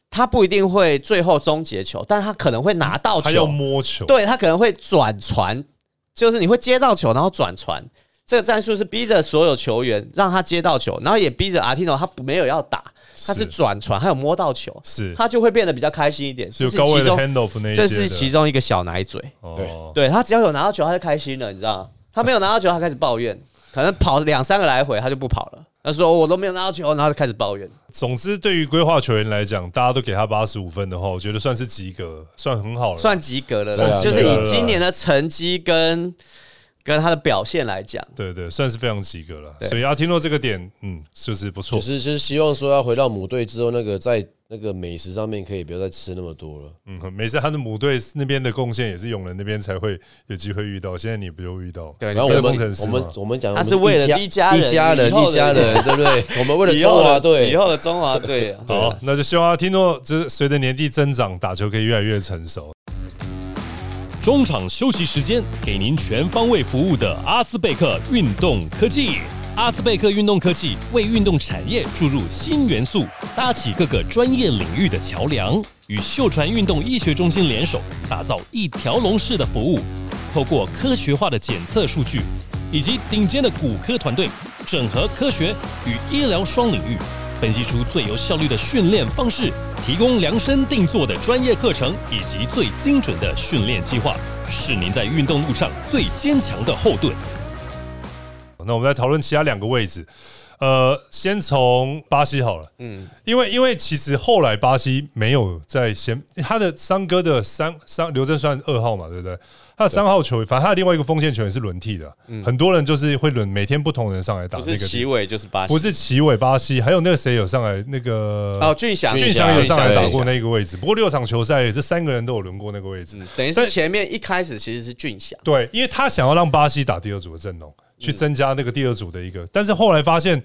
S3: 他不一定会最后终结球，但他可能会拿到
S2: 他要
S3: 球，
S2: 摸球，
S3: 对他可能会转传，就是你会接到球然后转传。这个战术是逼着所有球员让他接到球，然后也逼着 Artino 他不没有要打，他是
S2: 是
S3: 转传，他有摸到球，
S2: 是，
S3: 他就会变得比较开心一点。这
S2: 就是高位
S3: 其
S2: 的
S3: 中，
S2: handoff 那一些
S3: 这
S2: 的，
S3: 是其中一个小奶嘴。
S2: 哦，
S3: 对他只要有拿到球，他就开心了，你知道吗？他没有拿到球，他开始抱怨，可能跑两三个来回，他就不跑了。他说哦我都没有拿到球，然后就开始抱怨。
S2: 总之，对于规划球员来讲，大家都给他八十五分的话，我觉得算是及格，算很好了。
S3: 算及格了
S4: 对
S3: 啦，
S4: 啊
S3: 就是
S2: 对啊
S3: 以今年的成绩跟跟他的表现来讲，
S2: 对对，算是非常及格了。
S3: 对
S2: 所以阿提诺这个点，嗯，就是不错
S4: 就。是就是希望说要回到母队之后，那个在那个美食上面可以不要再吃那么多了。
S2: 嗯，没事，他的母队那边的贡献也是永仁那边才会有机会遇到，现在你不就遇到？
S3: 对
S4: 然后
S2: 你
S4: 我
S2: 不是
S4: 们
S2: 工程师
S4: 我们
S2: 吗
S4: 我们讲，
S3: 他
S4: 我
S3: 是
S4: 们
S3: 为了
S4: 一
S3: 一
S4: 家
S3: 家
S4: 一
S3: 人
S4: 家人
S3: 以后
S4: 一
S3: 的
S4: 家人，对不对？ 我们为了啊
S3: 以
S4: 中
S3: 后
S4: 华
S3: 的
S4: 队
S3: 以，后的中华队 啊，
S2: 好，那就希望阿提诺这随着年纪增长，打球可以越来越成熟。
S1: 中场休息时间，给您全方位服务的阿斯贝克运动科技。阿斯贝克运动科技为运动产业注入新元素，搭起各个专业领域的桥梁，与秀传运动医学中心联手，打造一条龙式的服务。透过科学化的检测数据，以及顶尖的骨科团队，整合科学与医疗双领域，分析出最有效率的训练方式，提供量身定做的专业课程以及最精准的训练计划，是您在运动路上最坚强的后盾。
S2: 那我们来讨论其他两个位置。呃，先从巴西好了，嗯，因为因为其实后来巴西没有在先，他的三哥的三三刘真算二号嘛，对不对？他的三号球员，反正他的另外一个锋线球员是轮替的，很多人就是会轮，每天不同人上来打
S3: 嗯不
S2: 那个
S3: 是
S2: 地
S3: 齐伟就是巴西，
S2: 不是齐伟巴西，还有那个谁有上来那个
S3: 哦，俊祥，
S2: 俊
S4: 祥
S2: 祥有上
S3: 啊
S2: 来打
S4: 俊
S2: 过
S4: 祥
S2: 那个位置，不过六场球赛这三个人都有轮过那个位置，
S3: 嗯等于
S2: 但
S3: 是前面一开始其实是俊祥，
S2: 对，因为他想要让巴西打第二组的阵容，
S3: 嗯
S2: 去增加那个第二组的一个，但是后来发现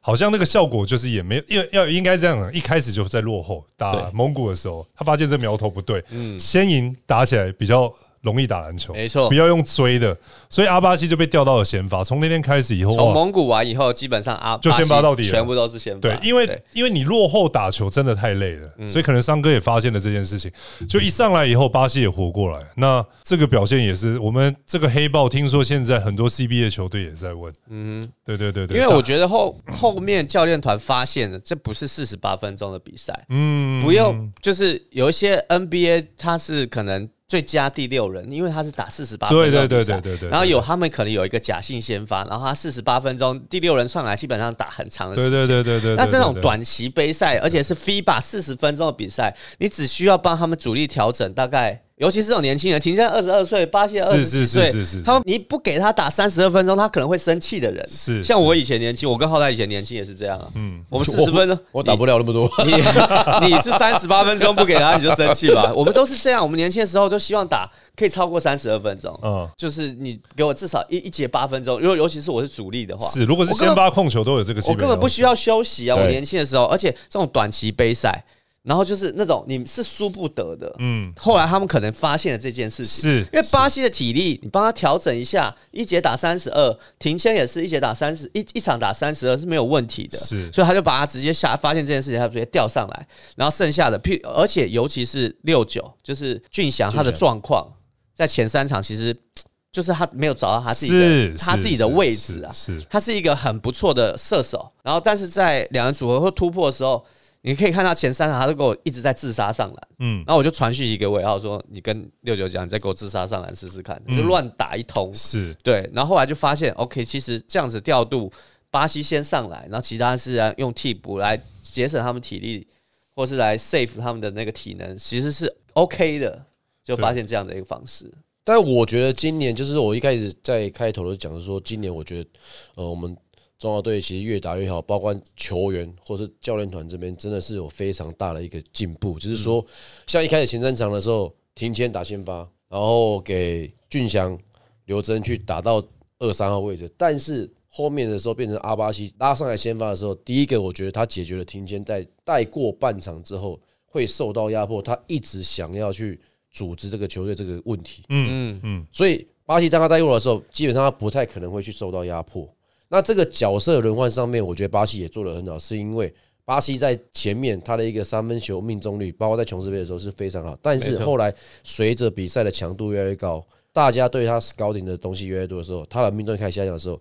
S2: 好像那个效果就是也没有，要要应该这样，啊一开始就在落后打
S3: 对嗯
S2: 蒙古的时候，他发现这苗头不对，先赢打起来比较。容易打篮球，
S3: 没错
S2: 不要用追的，所以阿巴西就被调到了先发。从那天开始以后，
S3: 从
S2: 哇
S3: 蒙古完以后，基本上啊，
S2: 就先发
S3: 巴西
S2: 到底了
S3: 全部都是先发，
S2: 对，因为因为你落后打球真的太累了，
S3: 嗯
S2: 所以可能桑哥也发现了这件事情。就一上来以后，巴西也活过来，那这个表现也是我们这个黑豹。听说现在很多 CBA 的球队也在问，嗯，对对对对，
S3: 因为我
S2: 打
S3: 觉得后 后面教练团发现了，这不是四十八分钟的比赛，
S2: 嗯
S3: 不用就是有一些 NBA 他是可能最佳第六人，因为他是打四十八分
S2: 对
S3: 钟
S2: 对
S3: 的
S2: 对
S3: 比赛
S2: 对对对对
S3: 然后有他们可能有一个假性先发，然后他四十八分钟第六人上来基本上打很长的时
S2: 对
S3: 间，
S2: 对对对对，
S3: 那这
S2: 对
S3: 种
S2: 对
S3: 短期杯赛，而且是 FIBA 四十分钟的比赛，你只需要帮他们主力调整，大概尤其是这种年轻人，停在二十二岁，巴西二
S2: 是
S3: 十
S2: 是
S3: 几
S2: 是
S3: 岁
S2: 是是，
S3: 他们你不给他打三十二分钟，他可能会生气的人。
S2: 是
S3: 像
S2: 是
S3: 我以前年轻，我跟浩代以前年轻也是这样啊。嗯，我们 四十分钟，
S4: 我打不了那么多。
S3: 你你你是三十八分钟不给他，你就生气 吧。我们都是这样，我们年轻的时候都希望打可以超过三十二分钟。
S2: 嗯
S3: 就是你给我至少一一节八分钟，如果尤其是我是主力的话，
S2: 是，如果是
S3: 我根
S2: 先
S3: 本
S2: 发控球都有这个基
S3: 我
S2: 本，
S3: 根本不需要休息啊！
S4: 对
S3: 我年轻的时候，而且这种短期杯赛，然后就是那种你是输不得的。
S2: 嗯，
S3: 后来他们可能发现了这件事情，
S2: 是
S3: 因为巴西的体力，你帮他调整一下，一节打三十二，停签也是一节打三十一，一场打三十二是没有问题的。
S2: 是
S3: 所以他就把他直接下发现这件事情，他直接调上来，然后剩下的，譬而且尤其是六九，就是俊祥他的状况，在前三场其实就是他没有找到他自己
S2: 是
S3: 的他自己的
S2: 是
S3: 位
S2: 是
S3: 置啊，
S2: 是
S3: 他是一个很不错的射手，然后但是在两人组合或突破的时候，你可以看到前三场他都给我一直在自杀上篮，
S2: 嗯
S3: 然后我就传讯息给韦浩说，你跟六九讲，你再给我自杀上篮试试看，就乱打一通，
S2: 是
S3: 对，然后后来就发现，OK，其实这样子调度，巴西先上来，然后其他是用替补来节省他们体力，或是来 save 他们的那个体能，其实是 OK 的，就发现这样的一个方式，
S4: 但我觉得今年就是我一开始在开头就讲的说，今年我觉得呃，我们中华队其实越打越好，包括球员或是教练团这边真的是有非常大的一个进步。只是说，像一开始前三场的时候，庭前打先发，然后给俊祥、刘真去打到二三号位置，但是后面的时候变成阿巴西拉上来先发的时候，第一个我觉得他解决了停肩带，带过半场之后会受到压迫，他一直想要去组织这个球队这个问题。
S3: 嗯
S4: 所以巴西当他带入的时候，基本上他不太可能会去受到压迫。那这个角色轮换上面，我觉得巴西也做得很好，是因为巴西在前面他的一个三分球命中率，包括在琼斯杯的时候是非常好，但
S2: 没
S4: 是
S2: 错
S4: 后来随着比赛的强度越来越高，大家对他 scouting 的东西越来越多的时候，他的命中率开始下降的时候，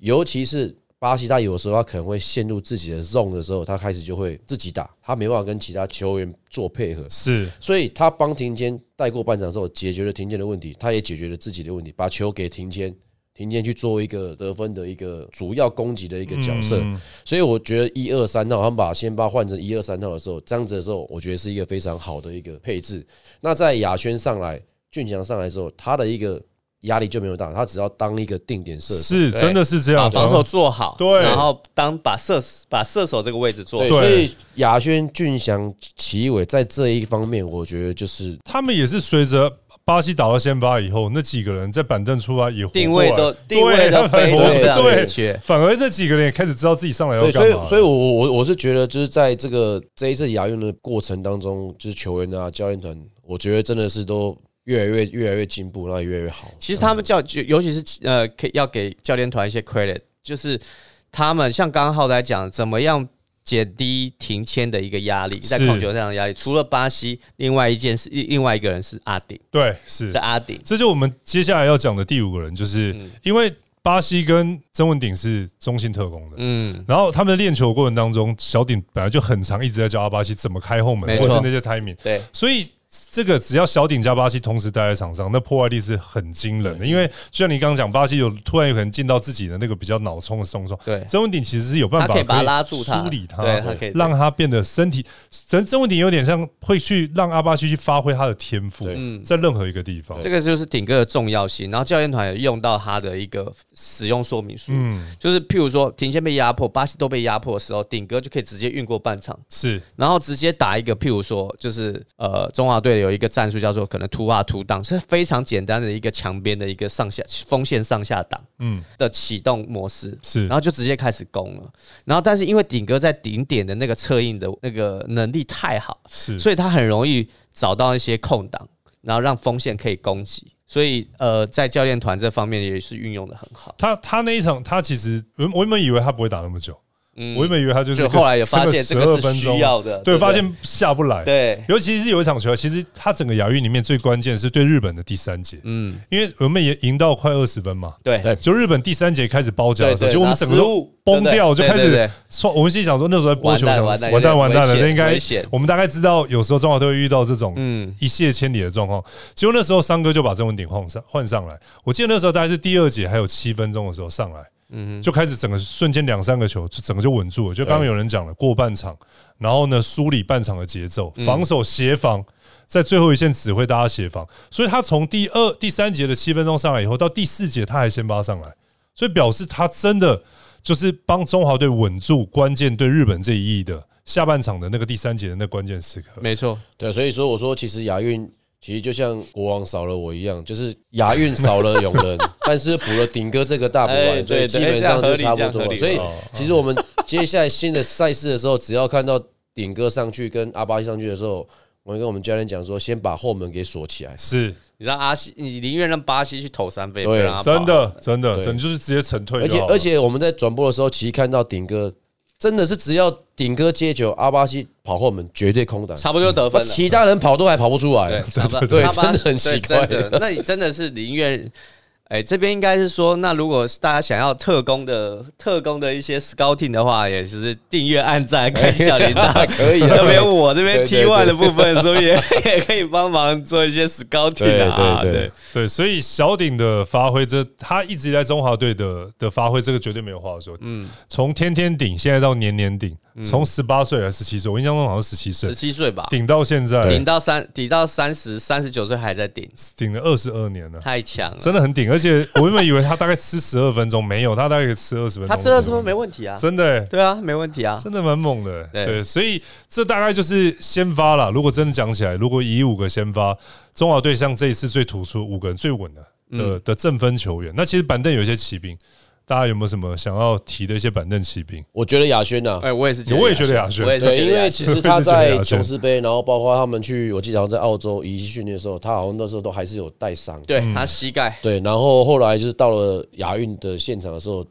S4: 尤其是巴西，他有时候他可能会陷入自己的 zone 的时候，他开始就会自己打，他没办法跟其他球员做配合，
S2: 是
S4: 所以他帮庭坚带过半场之后，解决了庭坚的问题，他也解决了自己的问题，把球给庭坚，庭坚去做一个得分的一个主要攻击的一个角色。
S2: 嗯
S4: 所以我觉得一二三号他们把先发换成一二三号的时候，这样子的时候，我觉得是一个非常好的一个配置。那在亚轩上来、俊强上来之后，他的一个压力就没有大，他只要当一个定点射手。
S2: 是，
S3: 对
S2: 真的是这
S3: 把
S2: 样。
S3: 防守做好，
S2: 啊对
S3: 然后当把射把射手这个位置做
S4: 对，
S3: 好，
S4: 所以亚轩、俊祥、齐伟在这一方面，我觉得就是
S2: 他们也是随着巴西打到先发以后，那几个人在板凳出来也活过来
S3: 定位都
S2: 对
S3: 定位都非常
S2: 对
S3: 非常
S2: 对
S3: 明确。
S2: 反而那几个人也开始知道自己上来要
S4: 对，
S2: 干
S4: 所
S2: 嘛
S4: 以
S2: 了。
S4: 所以我，我我我是觉得，就是在这个这一次亚运的过程当中，就是球员啊、教练团，我觉得真的是都越来越越来越进步，然后也越来越好。
S3: 其实他们教，就尤其是呃，可以要给教练团一些 credit，就是他们像刚刚浩仔讲，怎么样减低停签的一个压力，在
S2: 是
S3: 控球上的压力。除了巴西，另外一件事，另另外一个人是阿顶，
S2: 对是
S3: 是
S4: 啊
S3: 阿顶，
S2: 这就我们接下来要讲的第五个人，就是、
S4: 嗯
S2: 因为巴西跟曾文鼎是中信特工的。
S3: 嗯，
S2: 然后他们的练球过程当中，小鼎本来就很长一直在教阿巴西怎么开后门，
S3: 没
S2: 或
S3: 错
S2: 是那些 timing。
S3: 对，
S2: 所以这个只要小顶加巴西同时待在场上，那破坏力是很惊人的。因为就像你刚刚讲，巴西有突然有可能进到自己的那个比较脑冲的冲撞，
S3: 对
S2: 曾文鼎其实是有办法
S3: 他可以把他拉住他
S2: 梳理他，
S3: 对他可以
S2: 让他变得身体。曾曾文鼎有点像会去让阿巴西去发挥他的天赋
S4: 对，
S2: 在任何一个地方。
S3: 这个就是顶哥的重要性。然后教练团也用到他的一个使用说明书，
S2: 嗯，
S3: 就是譬如说停线被压迫，巴西都被压迫的时候，顶哥就可以直接运过半场，
S2: 是
S3: 然后直接打一个，譬如说，就是呃，中华队有一个战术叫做可能突啊突挡，是非常简单的一个墙边的一个上下锋线上下挡
S2: 嗯
S3: 的启动模式，
S2: 是
S3: 然后就直接开始攻了。然后但是因为顶哥在顶点的那个策应的那个能力太好，
S2: 是，
S3: 所以他很容易找到一些空档，然后让锋线可以攻击。所以呃，在教练团这方面也是运用的很好。
S2: 他他那一场，他其实我我原本以为他不会打那么久，
S3: 嗯
S2: 我原本以为他就是
S3: 就后来也发现
S2: 12
S3: 这个是
S2: 分钟啊
S3: 需要的，
S2: 对，
S3: 不
S2: 发现下不来，
S3: 对，
S2: 尤其是有一场球，其实他整个亚运里面最关键是对日本的第三节，
S3: 嗯，
S2: 因为我们也赢到快二十分嘛。
S3: 对。
S4: 对
S2: 就日本第三节开始包夹
S3: 哎对
S2: 的时候，
S3: 对，
S2: 就我
S3: 拿
S2: 们整个
S3: 失
S2: 都
S3: 误
S2: 崩掉，就
S3: 对
S2: 开
S3: 对对
S2: 始说，我们心想说那时候在播球，
S3: 完蛋
S2: 想
S3: 完蛋
S2: 完蛋完蛋
S3: 有点
S2: 了，
S3: 危
S2: 这
S3: 险
S2: 应该
S3: 危险
S2: 我们大概知道，有时候中华队会遇到这种
S3: 嗯
S2: 一泻千里的状况。结果那时候桑哥就把郑文鼎换上换上来，我记得那时候大概是第二节还有七分钟的时候上来，
S3: 嗯
S2: 就开始整个瞬间两三个球，就整个就稳住了。就刚刚有人讲了，过半场，然后呢梳理半场的节奏，
S3: 嗯
S2: 防守协防。在最后一线指挥大家协防，所以他从第二、第三节的七分钟上来以后，到第四节他还先发上来，所以表示他真的就是帮中华队稳住关键对日本这一役的下半场的那个第三节的那关键时刻。
S3: 没错，
S4: 对，所以说我说，其实亚运其实就像国王少了我一样，就是亚运少了永 仁，但是补了顶哥这个大补
S3: 哎
S4: 丸，所以
S3: 对
S4: 基
S3: 对
S4: 本上就差
S3: 这
S4: 不
S3: 样合
S4: 多
S3: 理哦这
S4: 了。所
S3: 样合理
S4: 以其实我们接下来新的赛事的时候，只要看到顶哥上去跟阿巴西上去的时候，我会跟我们教练讲说，先把后门给锁起来。
S2: 是
S3: 你让阿西，你宁愿让巴西去投三分，也不
S4: 对
S3: 让他
S2: 真
S3: 跑。
S2: 的，真的，
S4: 对
S2: 真的就是直接沉退
S4: 而
S2: 就
S4: 且
S2: 好了
S4: 而且我们在转播的时候，其实看到顶哥真的是只要顶哥接球，阿巴西跑后门绝对空档，
S3: 差不多就得分了。
S4: 其他人跑都还跑不出
S3: 对
S4: 来。，对
S3: 差不多
S4: 真的很奇怪
S3: 对真的那你真的是宁愿，哎，这边应该是说，那如果是大家想要特工的特工的一些 scouting 的话，也是订阅、按赞、开小铃铛。
S4: 可以啊，
S3: 这边我这边
S4: 对
S3: T
S4: 对
S3: one
S4: 对
S3: 的部分，是不是也也可以帮忙做一些 scouting 啊？
S4: 对对对
S3: 对，
S2: 对，所以小鼎的发挥，这他一直以来中华队的的发挥，这个绝对没有话说。嗯，从天天顶现在到年年顶，从十八岁还是十七岁，我印象中好像十七岁
S3: 十，七岁吧，
S2: 顶到现在
S3: 顶，到三，顶到三十三十九岁还在顶，
S2: 顶了二十二年了。
S3: 太强了。
S2: 真的很顶，而 且我原本以为他大概吃十二分钟，没有，他大概可以吃二十分钟。
S3: 他吃二十分没问题啊，
S2: 真的、欸，
S3: 对啊，没问题啊。
S2: 真的蛮猛的、
S3: 对
S2: 对，所以这大概就是先发啦。如果真的讲起来，如果以五个先发，中华队
S3: 嗯
S2: 像这一次最突出五个人最稳的的、的正分球员，那其实板凳有一些骑兵，大家有没有什么想要提的一些板凳骑兵？
S4: 我觉得亚轩呐、
S3: 哎，我也是觉得，
S2: 我也觉得亚轩
S3: 我也是觉得
S4: 对，因为
S3: 亚
S4: 其
S3: 轩
S4: 实
S2: 我
S4: 他
S2: 也是觉得
S4: 在
S2: 亚轩
S4: 琼斯杯，然后包括他们去，我记得好像在澳洲一起训练的时候，他好像那时候都还是有带伤。
S2: 嗯
S3: 对他膝盖，
S4: 对，然后后来就是到了亚运的现场的时候，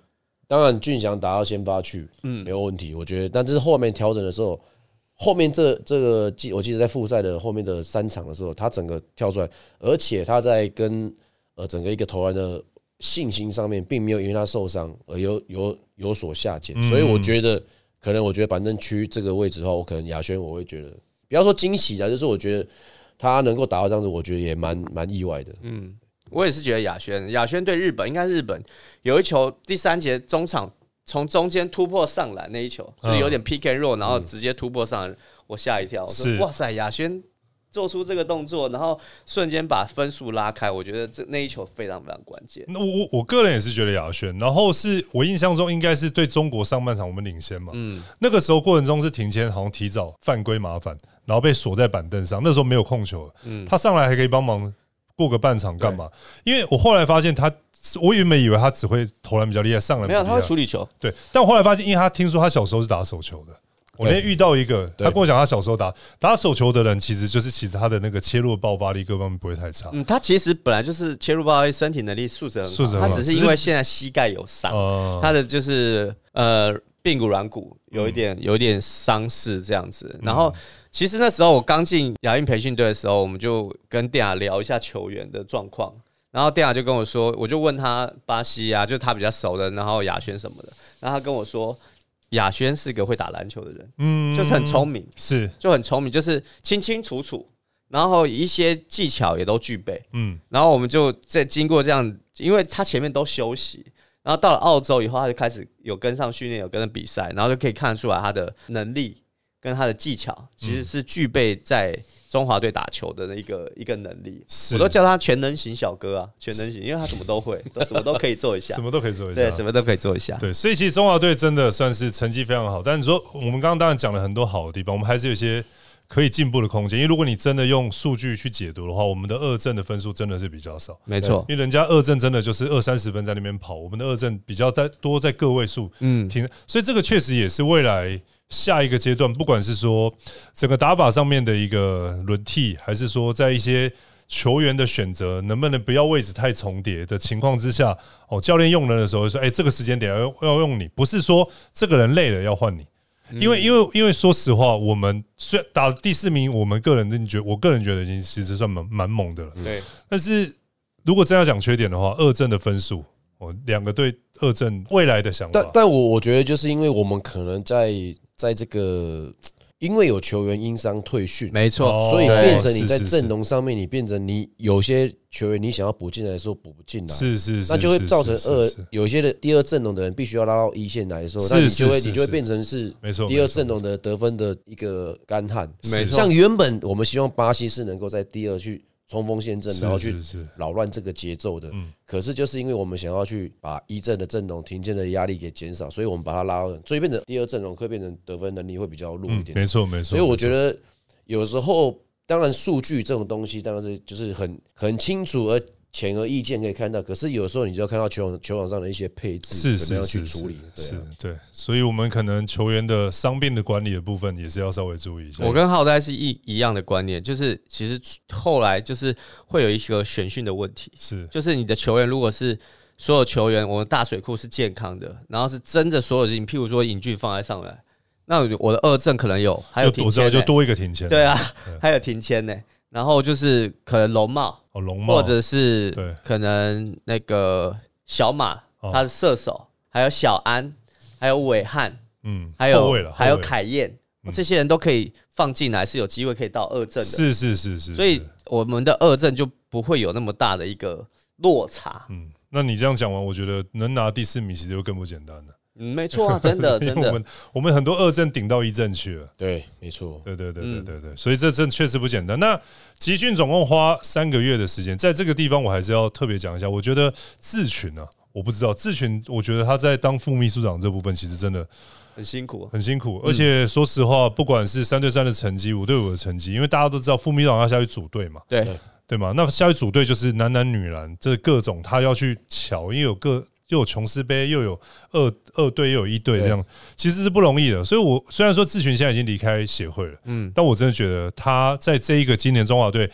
S4: 当然俊祥打到先发去，嗯，没有问题，我觉得。但是后面调整的时候，后面这这个记我记得在复赛的后面的三场的时候，他整个跳出来，而且他在跟呃整个一个投篮的信心上面，并没有因为他受伤而有有有所下减，所以我觉得可能我觉得板凳区这个位置的话，我可能亚轩我会觉得不要说惊喜啊，就是我觉得。他能够打到这样子，我觉得也蛮蛮意外的。
S3: 我也是觉得亚轩，亚轩对日本应该日本有一球第三节中场从中间突破上篮那一球，
S2: 嗯
S3: 就是有点 PK r o l l 然后直接突破上篮，我吓一跳，我说
S2: 是
S3: 哇塞，亚轩做出这个动作，然后瞬间把分数拉开，我觉得这那一球非常非常关键。
S2: 那我我我个人也是觉得亚轩，然后是我印象中应该是对中国上半场我们领先嘛，嗯，那个时候过程中是庭谦好像提早犯规麻烦，然后被锁在板凳上，那时候没有控球，嗯，他上来还可以帮忙过个半场干嘛？因为我后来发现他，我原本以为他只会投篮比较厉害，上篮
S3: 没有，他会处
S2: 理
S3: 理球，
S2: 对，但我后来发现，因为他听说他小时候是打手球的。我那天遇到一个，他跟我讲，他小时候打打手球的人，其实就是其实他的那个切入爆发力各方面不会太差，
S3: 嗯，他其实本来就是切入爆发力，身体能力素质很
S2: 素质
S3: 好，
S2: 很
S3: 他
S2: 好
S3: 只是因为现在膝盖有伤，
S2: 哦
S3: 他的就是呃髌骨软骨有一点、有一点伤势这样子。嗯然后、其实那时候我刚进亚运培训队的时候，我们就跟店雅聊一下球员的状况，然后店雅就跟我说，我就问他巴西啊，就他比较熟的，然后亚轩什么的，然后他跟我说，亚轩是个会打篮球的人，
S2: 嗯，
S3: 就是很聪明。
S2: 是，
S3: 就很聪明，就是清清楚楚，然后一些技巧也都具备。
S2: 嗯，
S3: 然后我们就在经过这样，因为他前面都休息，然后到了澳洲以后，他就开始有跟上训练，有跟着比赛，然后就可以看得出来他的能力跟他的技巧其实是具备在中华队打球的一个一个能力。
S2: 是
S3: 我都叫他全能型小哥啊，全能型，因为他什么都会，都什么都可以做一下
S2: 什，么都可以做一下，
S3: 对，什么都可以做一下。
S2: 对，所以其实中华队真的算是成绩非常好，但你说我们刚刚当然讲了很多好的地方，我们还是有一些可以进步的空间。因为如果你真的用数据去解读的话，我们的二阵的分数真的是比较少，
S3: 没错，
S2: 因为人家二阵真的就是二三十分在那边跑，我们的二阵比较在多在个位数，嗯，停，所以这个确实也是未来。下一个阶段，不管是说整个打法上面的一个轮替，还是说在一些球员的选择能不能不要位置太重叠的情况之下，哦，教练用人的时候会说，哎、这个时间点要用要用你，不是说这个人累了要换你，因
S3: 嗯
S2: 为因为因为说实话，我们虽然打第四名，我们个人觉我个人觉得已经其实算蛮蛮猛的了，
S3: 对，
S2: 但是如果真要讲缺点的话，二阵的分数，哦，两个对二阵未来的想法
S4: 但，但我我觉得就是因为我们可能在在这个，因为有球员因伤退训，
S3: 没错，
S2: 哦
S4: 所以
S2: 对
S4: 变成你
S2: 是
S4: 在
S2: 是是
S4: 阵容上面，你变成你有些球员你想要补进来的时候补不进来，
S2: 是是是，
S4: 那就会
S2: 是
S4: 造成
S2: 是是
S4: 二
S2: 是
S4: 有一些的第二阵容的人必须要拉到一线来的时候，
S2: 是
S4: 那你
S2: 是
S4: 就会
S2: 是
S4: 你就会
S2: 是
S4: 变成是
S2: 没错
S4: 第二
S2: 没错
S4: 阵容的得分的一个干旱。
S3: 没错
S4: 像原本我们希望巴西是能够在第二去冲锋陷阵，
S2: 是
S4: 然后去
S2: 是是
S4: 扰乱这个节奏的。
S2: 嗯
S4: 可是就是因为我们想要去把一阵的阵容停建的压力给减少，所以我们把它拉到，所以变成第二阵容会变成得分能力会比较弱一
S2: 嗯
S4: 点。，
S2: 没错没错，
S4: 所以我
S2: 得
S4: 觉得有时候，当然数据这种东西当然是就是很很清楚而显而易见可以看到，可是有时候你就要看到球场球场上的一些配置
S2: 是
S4: 怎么
S2: 是
S4: 样去
S2: 是
S4: 处理，对
S2: 是
S4: 啊。
S2: 对，所以我们可能球员的伤病的管理的部分也是要稍微注意一下。
S3: 我跟浩代是一一样的观念，就是其实后来就是会有一个选训的问题，
S2: 是
S3: 就是你的球员如果是所有球员，我们大水库是健康的，然后是真的所有事情，譬如说尹俊放在上来，那我的二阵可能有，还有
S2: 又
S3: 停
S2: 我知
S3: 签、
S2: 道
S3: 呢
S2: 就多一个停前，
S3: 对，啊，还有停签呢、然后就是可能龙茂，
S2: 哦龙
S3: 或
S2: 帽
S3: 者是
S2: 对
S3: 可能那个小马
S2: 哦
S3: 他的射手，还有小安，还有伟汉，
S2: 嗯，
S3: 还
S2: 后
S3: 有
S2: 卫了，
S3: 还有
S2: 后卫
S3: 凯燕，这些人都可以放进来，是有机会可以到二阵的。
S2: 是是是是，
S3: 所以
S2: 是
S3: 我们的二阵就不会有那么大的一个落差。
S2: 嗯，那你这样讲完，我觉得能拿第四名其实就更不简单了。
S3: 嗯，没错 啊，真的
S2: 因为
S3: 真
S2: 我
S3: 的
S2: 们我们很多二阵顶到一阵去了，
S4: 对，没错。
S2: 对对对
S3: 嗯
S2: 对对对，所以这阵确实不简单。那集训总共花三个月的时间，在这个地方我还是要特别讲一下，我觉得志群啊，我不知道志群，我觉得他在当副秘书长这部分其实真的
S3: 很辛苦。
S2: 很辛
S3: 嗯
S2: 苦，而且说实话，不管是三对三的成绩，五对五的成绩，因为大家都知道副秘书长要下去组队嘛，
S3: 对，
S2: 对吗？那下去组队就是男男女男，这各种他要去瞧，因为有各又有琼斯杯，又有二二队，又有一队，这样其实是不容易的。所以我虽然说志群现在已经离开协会了，嗯，但我真的觉得他在这一个今年中华队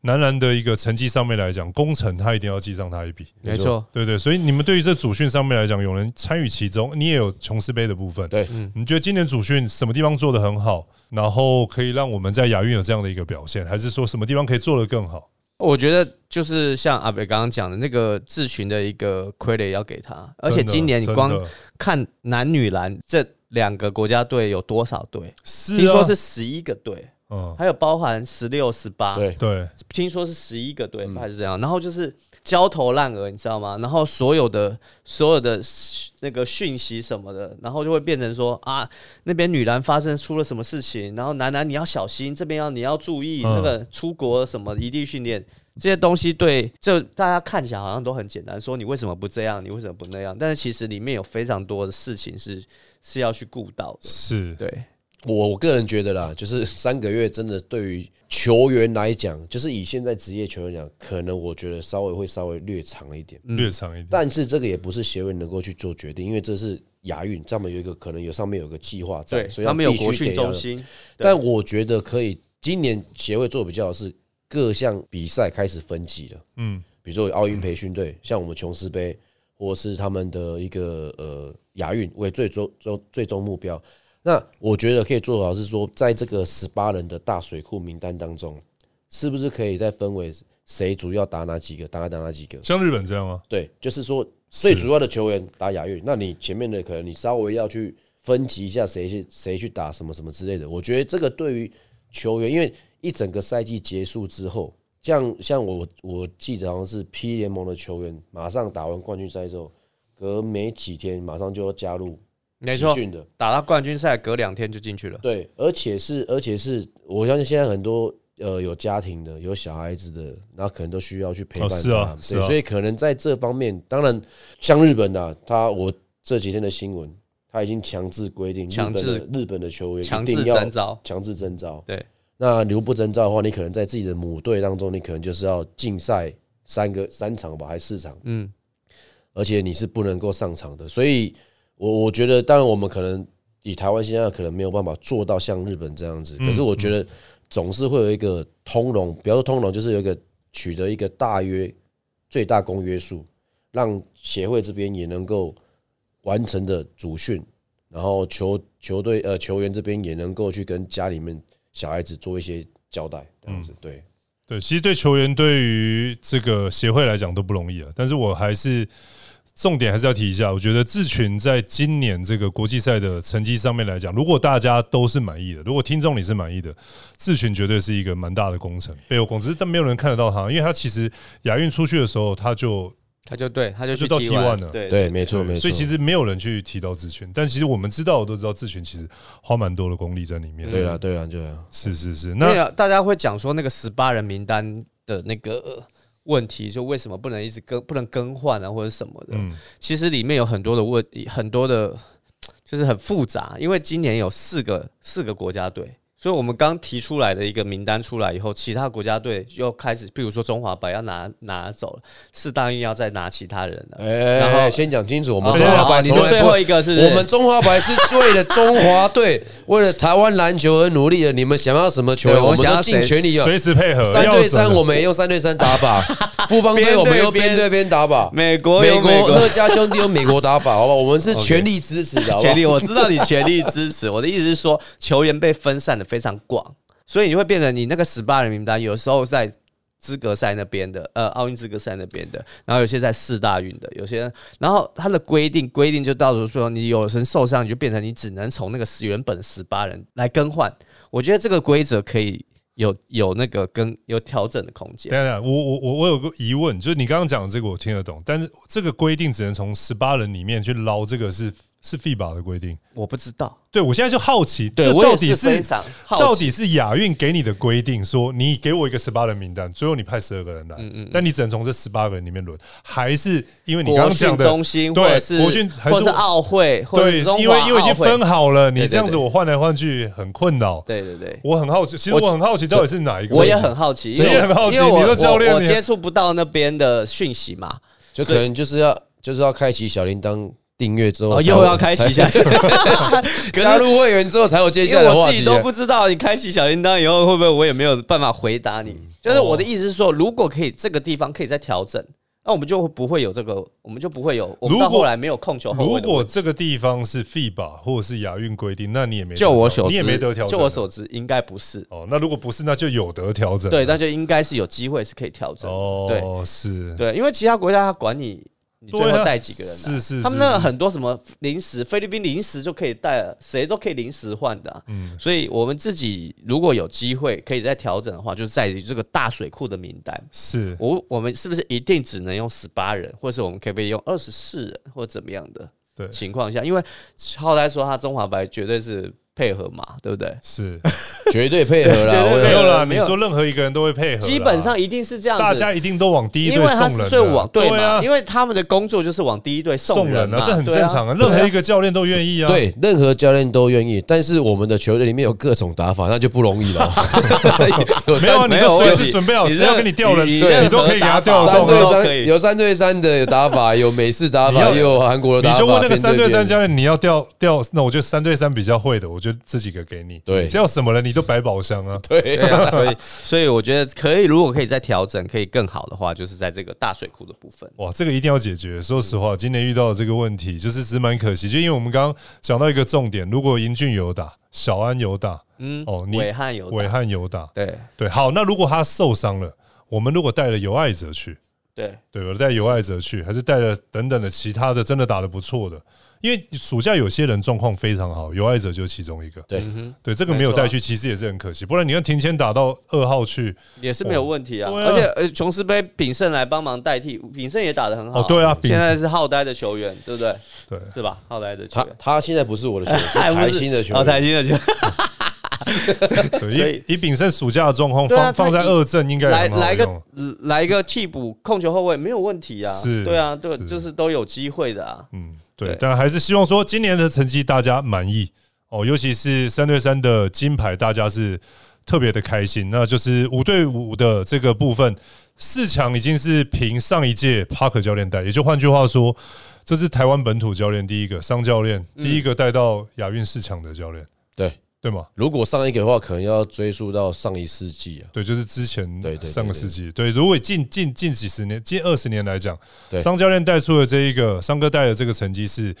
S2: 男篮的一个成绩上面来讲，工程他一定要记上他一笔。
S3: 没错，
S2: 对对，所以你们对于这主训上面来讲，有人参与其中，你也有琼斯杯的部分。
S4: 对，
S2: 你觉得今年主训什么地方做得很好，然后可以让我们在亚运有这样的一个表现，还是说什么地方可以做得更好？
S3: 我觉得就是像阿北刚刚讲的那个志群的一个 credit 要给他，而且
S2: 真的
S3: 今年你
S2: 真的
S3: 光看男女篮这两个国家队有多少队？
S2: 是、啊、
S3: 听说是十一个队，
S2: 嗯，
S3: 还有包含十六、十八，
S4: 对，
S2: 对，
S3: 听说是十一个队
S4: 嗯
S3: 吧还是怎样？然后就是焦头烂额，你知道吗？然后所有的所有的那个讯息什么的，然后就会变成说啊，那边女篮发生出了什么事情，然后男篮你要小心，这边要你要注意、
S2: 嗯
S3: 那个出国什么异地训练。这些东西对，就大家看起来好像都很简单，说你为什么不这样，你为什么不那样？但是其实里面有非常多的事情是是要去顾到的。
S2: 是，
S3: 对，
S4: 我我个人觉得啦，就是 三个月真的对于球员来讲，就是以现在职业球员讲，可能我觉得稍微会稍微略长了一点。
S3: 嗯
S2: 略长一点。
S4: 但是这个也不是协会能够去做决定，因为这是亚运，他们有一个可能有上面有个计划在，
S3: 对，
S4: 所以
S3: 他们有
S4: 必须
S3: 国训
S4: 得要
S3: 中。心，对
S4: 但我觉得可以，今年协会做比较的是各项比赛开始分级了，
S2: 嗯，
S4: 比如说有奥运培训队，像我们琼斯杯，或是他们的一个呃亚运为最终终最终目标。那我觉得可以做好是说，在这个十八人的大水库名单当中，是不是可以再分为谁主要打哪几个，打打哪几个？
S2: 像日本这样啊吗？
S4: 对，就是说最主要的球员打亚运，那你前面的可能你稍微要去分级一下谁去谁去打什么什么之类的。我觉得这个对于球员，因为一整个赛季结束之后，像像我我记得好像是 P 联盟的球员，马上打完冠军赛之后，隔没几天马上就要加入
S3: 没
S4: 集
S3: 错，
S4: 训的，
S3: 打到冠军赛隔两天就进去了。
S4: 对，而且是而且是我相信现在很多呃有家庭的、有小孩子的，然后可能都需要去陪伴他，
S2: 哦是啊是
S4: 对，
S2: 啊
S4: 所以可能在这方面，当然像日本的、啊，他我这几天的新闻，他已经强制规定日
S3: 强
S4: 本
S3: 制
S4: 的日本的球员
S3: 强
S4: 一
S3: 制
S4: 定要
S3: 征召。
S4: 强制征召，
S3: 对。
S4: 那你如果不征召的话，你可能在自己的母队当中，你可能就是要竞赛三个三场吧，还是四场？
S3: 嗯，
S4: 而且你是不能够上场的。所以我，我觉得，当然我们可能以台湾现在可能没有办法做到像日本这样
S2: 嗯
S4: 子，可是我觉得总是会有一个通融，比方说通融就是有一个取得一个大约最大公约数，让协会这边也能够完成的主训，然后球球队呃球员这边也能够去跟家里面小孩子做一些交代，这样
S2: 嗯
S4: 子、对。
S2: 对，其实对球员对于这个协会来讲都不容易啊。但是我还是重点还是要提一下，我觉得志群在今年这个国际赛的成绩上面来讲，如果大家都是满意的，如果听众你是满意的，志群绝对是一个蛮大的工程，背后工程，只是但没有人看得到他，因为他其实亚运出去的时候他就
S3: 他就对，他就去
S2: 就到
S3: T1
S2: T1 了
S3: 对
S4: 对，没错，
S2: 对
S4: 没错。
S2: 所以其实没有人去提到志群，但其实我们知道我都知道志群其实花蛮多的功力在里面。
S4: 对了，对了，对啊了，
S2: 是是是，那
S3: 那个大家会讲说那个十八人名单的那个呃问题，就为什么不能一直更不能更换啊，或者什么的。
S2: 嗯
S3: 其实里面有很多的问，很多的，就是很复杂，因为今年有四个四个国家队。所以，我们刚提出来的一个名单出来以后，其他国家队又开始，比如说中华白要拿拿走了，四大运要再拿其他人了。
S4: 哎，
S3: 然后
S4: 然后先讲清楚，我们
S3: 哦
S4: 中华
S3: 哦
S4: 白
S3: 你
S4: 从
S3: 说
S4: 来
S3: 最
S4: 不
S3: 后一个是不是
S4: 我们中华白是为了中华队，为了台湾篮球而努力的。你们想要什么球员，
S3: 对我
S4: 我
S3: 们
S4: 们
S3: 想
S4: 都
S3: 要
S4: 尽
S3: 谁
S4: 全力有。
S2: 随时配合
S4: 三
S2: 要
S4: 对三，
S2: 怎么
S4: 我们也用三对三打法； 富邦队
S3: 边
S4: 我们
S3: 对
S4: 用边
S3: 边
S4: 对边打 法；
S3: 美国
S4: 美
S3: 有美
S4: 国
S3: 国
S4: 乐家兄弟用美国打法，好吧？我们是
S3: OK
S4: 全力支持的，好不好
S3: 全？力，我知道你全力支持。我的意思是说，球员被分散的非常广，所以你会变成你那个十八人名单，有时候在资格赛那边的，呃，奥运资格赛那边的，然后有些在四大运的，有些，然后它的规定规定就到时候说，你有人受伤，你就变成你只能从那个10原本十八人来更换。我觉得这个规则可以有有那个跟有调整的空间。
S2: 等一下，等一下啊我我我我有个疑问，就是你刚刚讲的这个我听得懂，但是这个规定只能从十八人里面去捞，这个是是 FIBA 的规定。
S3: 我不知道，
S2: 对我现在就好奇，
S3: 对
S2: 这
S3: 我
S2: 到
S3: 也
S2: 底
S3: 是非
S2: 是
S3: 常好奇
S2: 到底是亚运给你的规定，说你给我一个十八人名单，最后你派十二个人来，
S3: 嗯
S2: 但你只能从这十八个人里面轮，还是因为你刚
S3: 国
S2: 刚讲
S3: 训
S2: 的
S3: 中心
S2: 对
S3: 或者是
S2: 国训还
S3: 或者是奥会，或者
S2: 对
S3: 是中，华
S2: 因为因为已经
S3: 奥会
S2: 分好了，你
S3: 对对
S2: 这样子
S3: 对
S2: 我换来换去很困扰。
S3: 对对对，
S2: 我很好奇，其实
S4: 我
S2: 我很好奇到底是哪一个？
S3: 我也很好奇，因为
S2: 你也很好奇
S3: 因为
S2: 你
S3: 我
S2: 都教练
S3: 我我
S2: 你
S3: 接触不到那边的讯息嘛。
S4: 就可能就是要就是要开启小铃铛订阅之后
S3: 哦，
S4: 才有，
S3: 又要开启一下
S4: 才， 加入会员之后才有接
S3: 因
S4: 下
S3: 为
S4: 来的
S3: 我
S4: 话
S3: 自己
S4: 题
S3: 都
S4: 啊。
S3: 不知道你开启小铃铛以后会不会我也没有办法回答你。就是我的意思是说，如果可以这个地方可以再调整，那我们就不会有这个，我们就不会有我们到
S2: 如果
S3: 后来没有控球后
S2: 如
S3: 卫的问
S2: 果
S3: 题。
S2: 这个地方是 FIBA 或者是亚运规定，那你也没得
S3: 就我
S2: 调
S3: 所知，
S2: 你也没得调整啊，
S3: 就我所知，应该不是。
S2: 哦，那如果不是，那就有得调整。
S3: 对，那就应该是有机会是可以调整的。对
S2: 哦，是，
S3: 对，因为其他国家他管你，你最
S2: 对啊
S3: 后带几个人来，
S2: 是是
S3: 他们
S2: 是
S3: 那
S2: 是
S3: 个很多什么临时，菲律宾临时就可以带了，谁都可以临时换的啊、
S2: 嗯，
S3: 所以我们自己如果有机会可以再调整的话，就是在于这个大水库的名单。
S2: 是
S3: 我我们是不是一定只能用十八人，或是我们可不可以用二十四人，或怎么样的
S2: 对，
S3: 情况下？因为浩来说他中华白绝对是配合嘛，对不对？
S2: 是
S4: 绝对配合 啦，
S3: 绝对
S4: 我
S3: 配合
S2: 没
S4: 有
S2: 有啦。
S3: 没
S2: 你
S3: 有
S2: 说任何一个人都会配合啦，
S3: 基本上一定是这样子，
S2: 大家一定都往第一
S3: 因
S2: 队
S3: 为
S2: 送
S3: 他
S2: 人
S3: 是
S2: 的，
S3: 最往对嘛，
S2: 啊
S3: 因为他们的工作就是往第一队
S2: 送
S3: 人
S2: 人
S3: 嘛，
S2: 啊，这很
S3: 对
S2: 正常啊，任何一个教练都愿意啊。，
S4: 对任何教练都愿意，但是我们的球队里面有各种打法，那就不 容易了。
S2: 没有啊，
S4: 有三
S2: 你
S3: 没有
S2: 都随
S3: 问
S2: 时
S3: 题
S2: 准备好，
S3: 你
S2: 谁
S3: 这
S2: 要跟你调人，
S3: 你
S4: 对
S2: 你都可以给他调
S4: 三
S2: 动
S4: 对
S2: 啊。
S3: 都可
S4: 三，
S3: 以
S4: 有三对三的，有 打法，有美式打
S2: 你
S4: 法，
S2: 要
S4: 也有韩国的
S2: 你
S4: 啊打法。
S2: 就问那个三对三
S4: 边
S2: 教练，你要调调，那我觉得三对三比较会的，我就这几个给你。
S4: 对
S2: 你只要什么人你都百宝箱啊。
S4: 对边
S3: 对啊，所以所以我觉得可以，如果可以再调整，可以更好的话，就是在这个大水库的部分。
S2: 哇，这个一定要解决。说实话，今年遇到的这个问题，就是其实蛮可惜，就因为我们刚刚讲到一个重点，如果英俊有打，小安有打，
S3: 嗯，
S2: 哦，你
S3: 伟汉有打
S2: 伟汉有打，
S3: 对
S2: 对，好，那如果他受伤了，我们如果带了有爱者去，
S3: 对
S2: 对吧？带有爱者去，还是带了等等的其他的真的打得不错的，因为暑假有些人状况非常好，有爱者就是其中一个。
S4: 对
S3: 嗯
S2: 对，这个没有
S3: 啊
S2: 带去，其实也是很可惜。不然你看庭前打到二号去，
S3: 也是没有问题啊。
S2: 哦对啊
S3: 而且呃，琼斯杯炳胜来帮忙代替，炳胜也打得很好啊。
S2: 哦对啊炳
S3: 现
S2: 胜
S3: 在是浩呆的球员，对不对？
S2: 对，
S3: 是吧？浩呆的球
S4: 他
S3: 员，
S4: 他现在不是我 的球员，是台新的球
S3: 哦，
S4: 员，
S3: 台新的球员。
S2: 对
S3: 所以
S2: 以以炳胜暑假的状况
S3: 对啊
S2: 放放
S3: 他
S2: 在二阵应该也
S3: 来
S2: 很好
S3: 来
S2: 用
S3: 个。来个替补控球后卫没有问题啊，
S2: 是
S3: 对啊，对，
S2: 是
S3: 就是都有机会的啊。
S2: 嗯，对
S3: 对，
S2: 但还是希望说今年的成绩大家满意哦，尤其是三对三的金牌，大家是特别的开心。那就是五对五的这个部分，四强已经是凭上一届帕克教练带，也就换句话说，这是台湾本土教练第一个商教练
S3: 嗯
S2: 第一个带到亚运四强的教练，
S4: 对。
S2: 对吗？
S4: 如果上一个的话，可能要追溯到上一世纪啊。
S2: 对，就是之前
S4: 对对对
S2: 上个世纪，对，如果近近近几十年、近二十年来讲，
S4: 对
S2: 商教练带出的这一个商哥带的这个成绩是，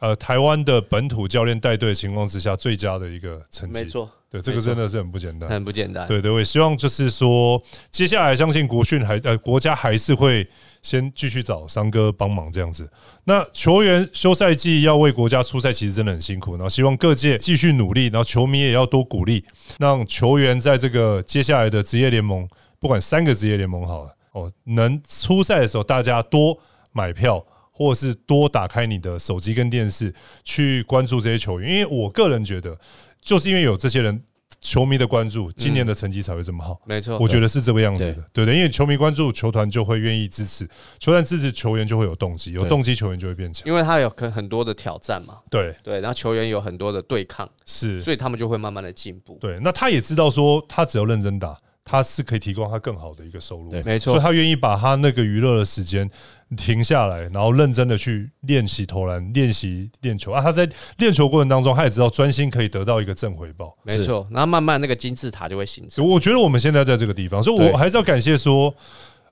S2: 呃，台湾的本土教练带队的情况之下最佳的一个成绩，
S3: 没，错，
S2: 对，这个
S3: 没错
S2: 真的是很不简单。
S3: 很不简单。
S2: 对对，我也希望就是说，接下来相信国训还呃国家还是会先继续找商哥帮忙这样子。那球员休赛季要为国家出赛，其实真的很辛苦。然后希望各界继续努力，然后球迷也要多鼓励，让球员在这个接下来的职业联盟，不管三个职业联盟好了哦，能出赛的时候大家多买票。或是多打开你的手机跟电视去关注这些球员，因为我个人觉得，就是因为有这些人球迷的关注，今年的成绩才会这么好。
S3: 没错，
S2: 我觉得是这个样子
S4: 对
S2: 的，对对，因为球迷关注球团就会愿意支持，球团支持球员就会有动机，有
S4: 对
S2: 动机球员就会变强。
S3: 因为他有很很多的挑战嘛，
S2: 对，
S3: 对，然后球员有很多的对抗，
S2: 是，
S3: 所以他们就会慢慢的进步。
S2: 对。那他也知道说，他只要认真打，他是可以提供他更好的一个收入。
S4: 对
S3: 没
S2: 所以，他愿意把他那个娱乐的时间停下来，然后认真的去练习投篮、练习练球啊。他在练球过程当中，他也知道专心可以得到一个正回报。
S3: 没错。然后慢慢那个金字塔就会形成。
S2: 我觉得我们现在在这个地方，所以
S4: 对
S2: 我还是要感谢说，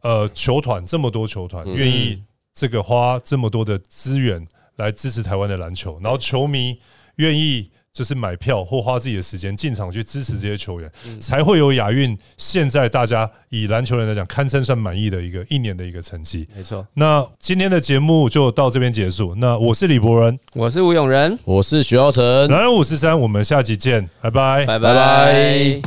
S2: 呃，球团这么多球团愿意这个花这么多的资源来支持台湾的篮球，然后球迷愿意就是买票或花自己的时间进场去支持这些球员，才会有亚运现在大家以篮球人来讲堪称算满意的一个一年的一个成绩。
S3: 没错，
S2: 那今天的节目就到这边结束。那我是李博仁，
S3: 我是吴永仁，
S4: 我是徐浩成，
S2: 男人五十三，我们下集见，拜嗯拜。
S3: 拜
S4: 拜拜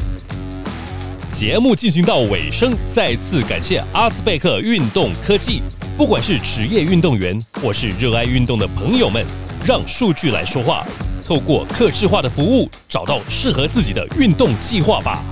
S1: 节目进行到尾声，再次感谢阿斯贝克运动科技。不管是职业运动员或是热爱运动的朋友们，让数据来说话，透过客制化的服务，找到适合自己的运动计划吧。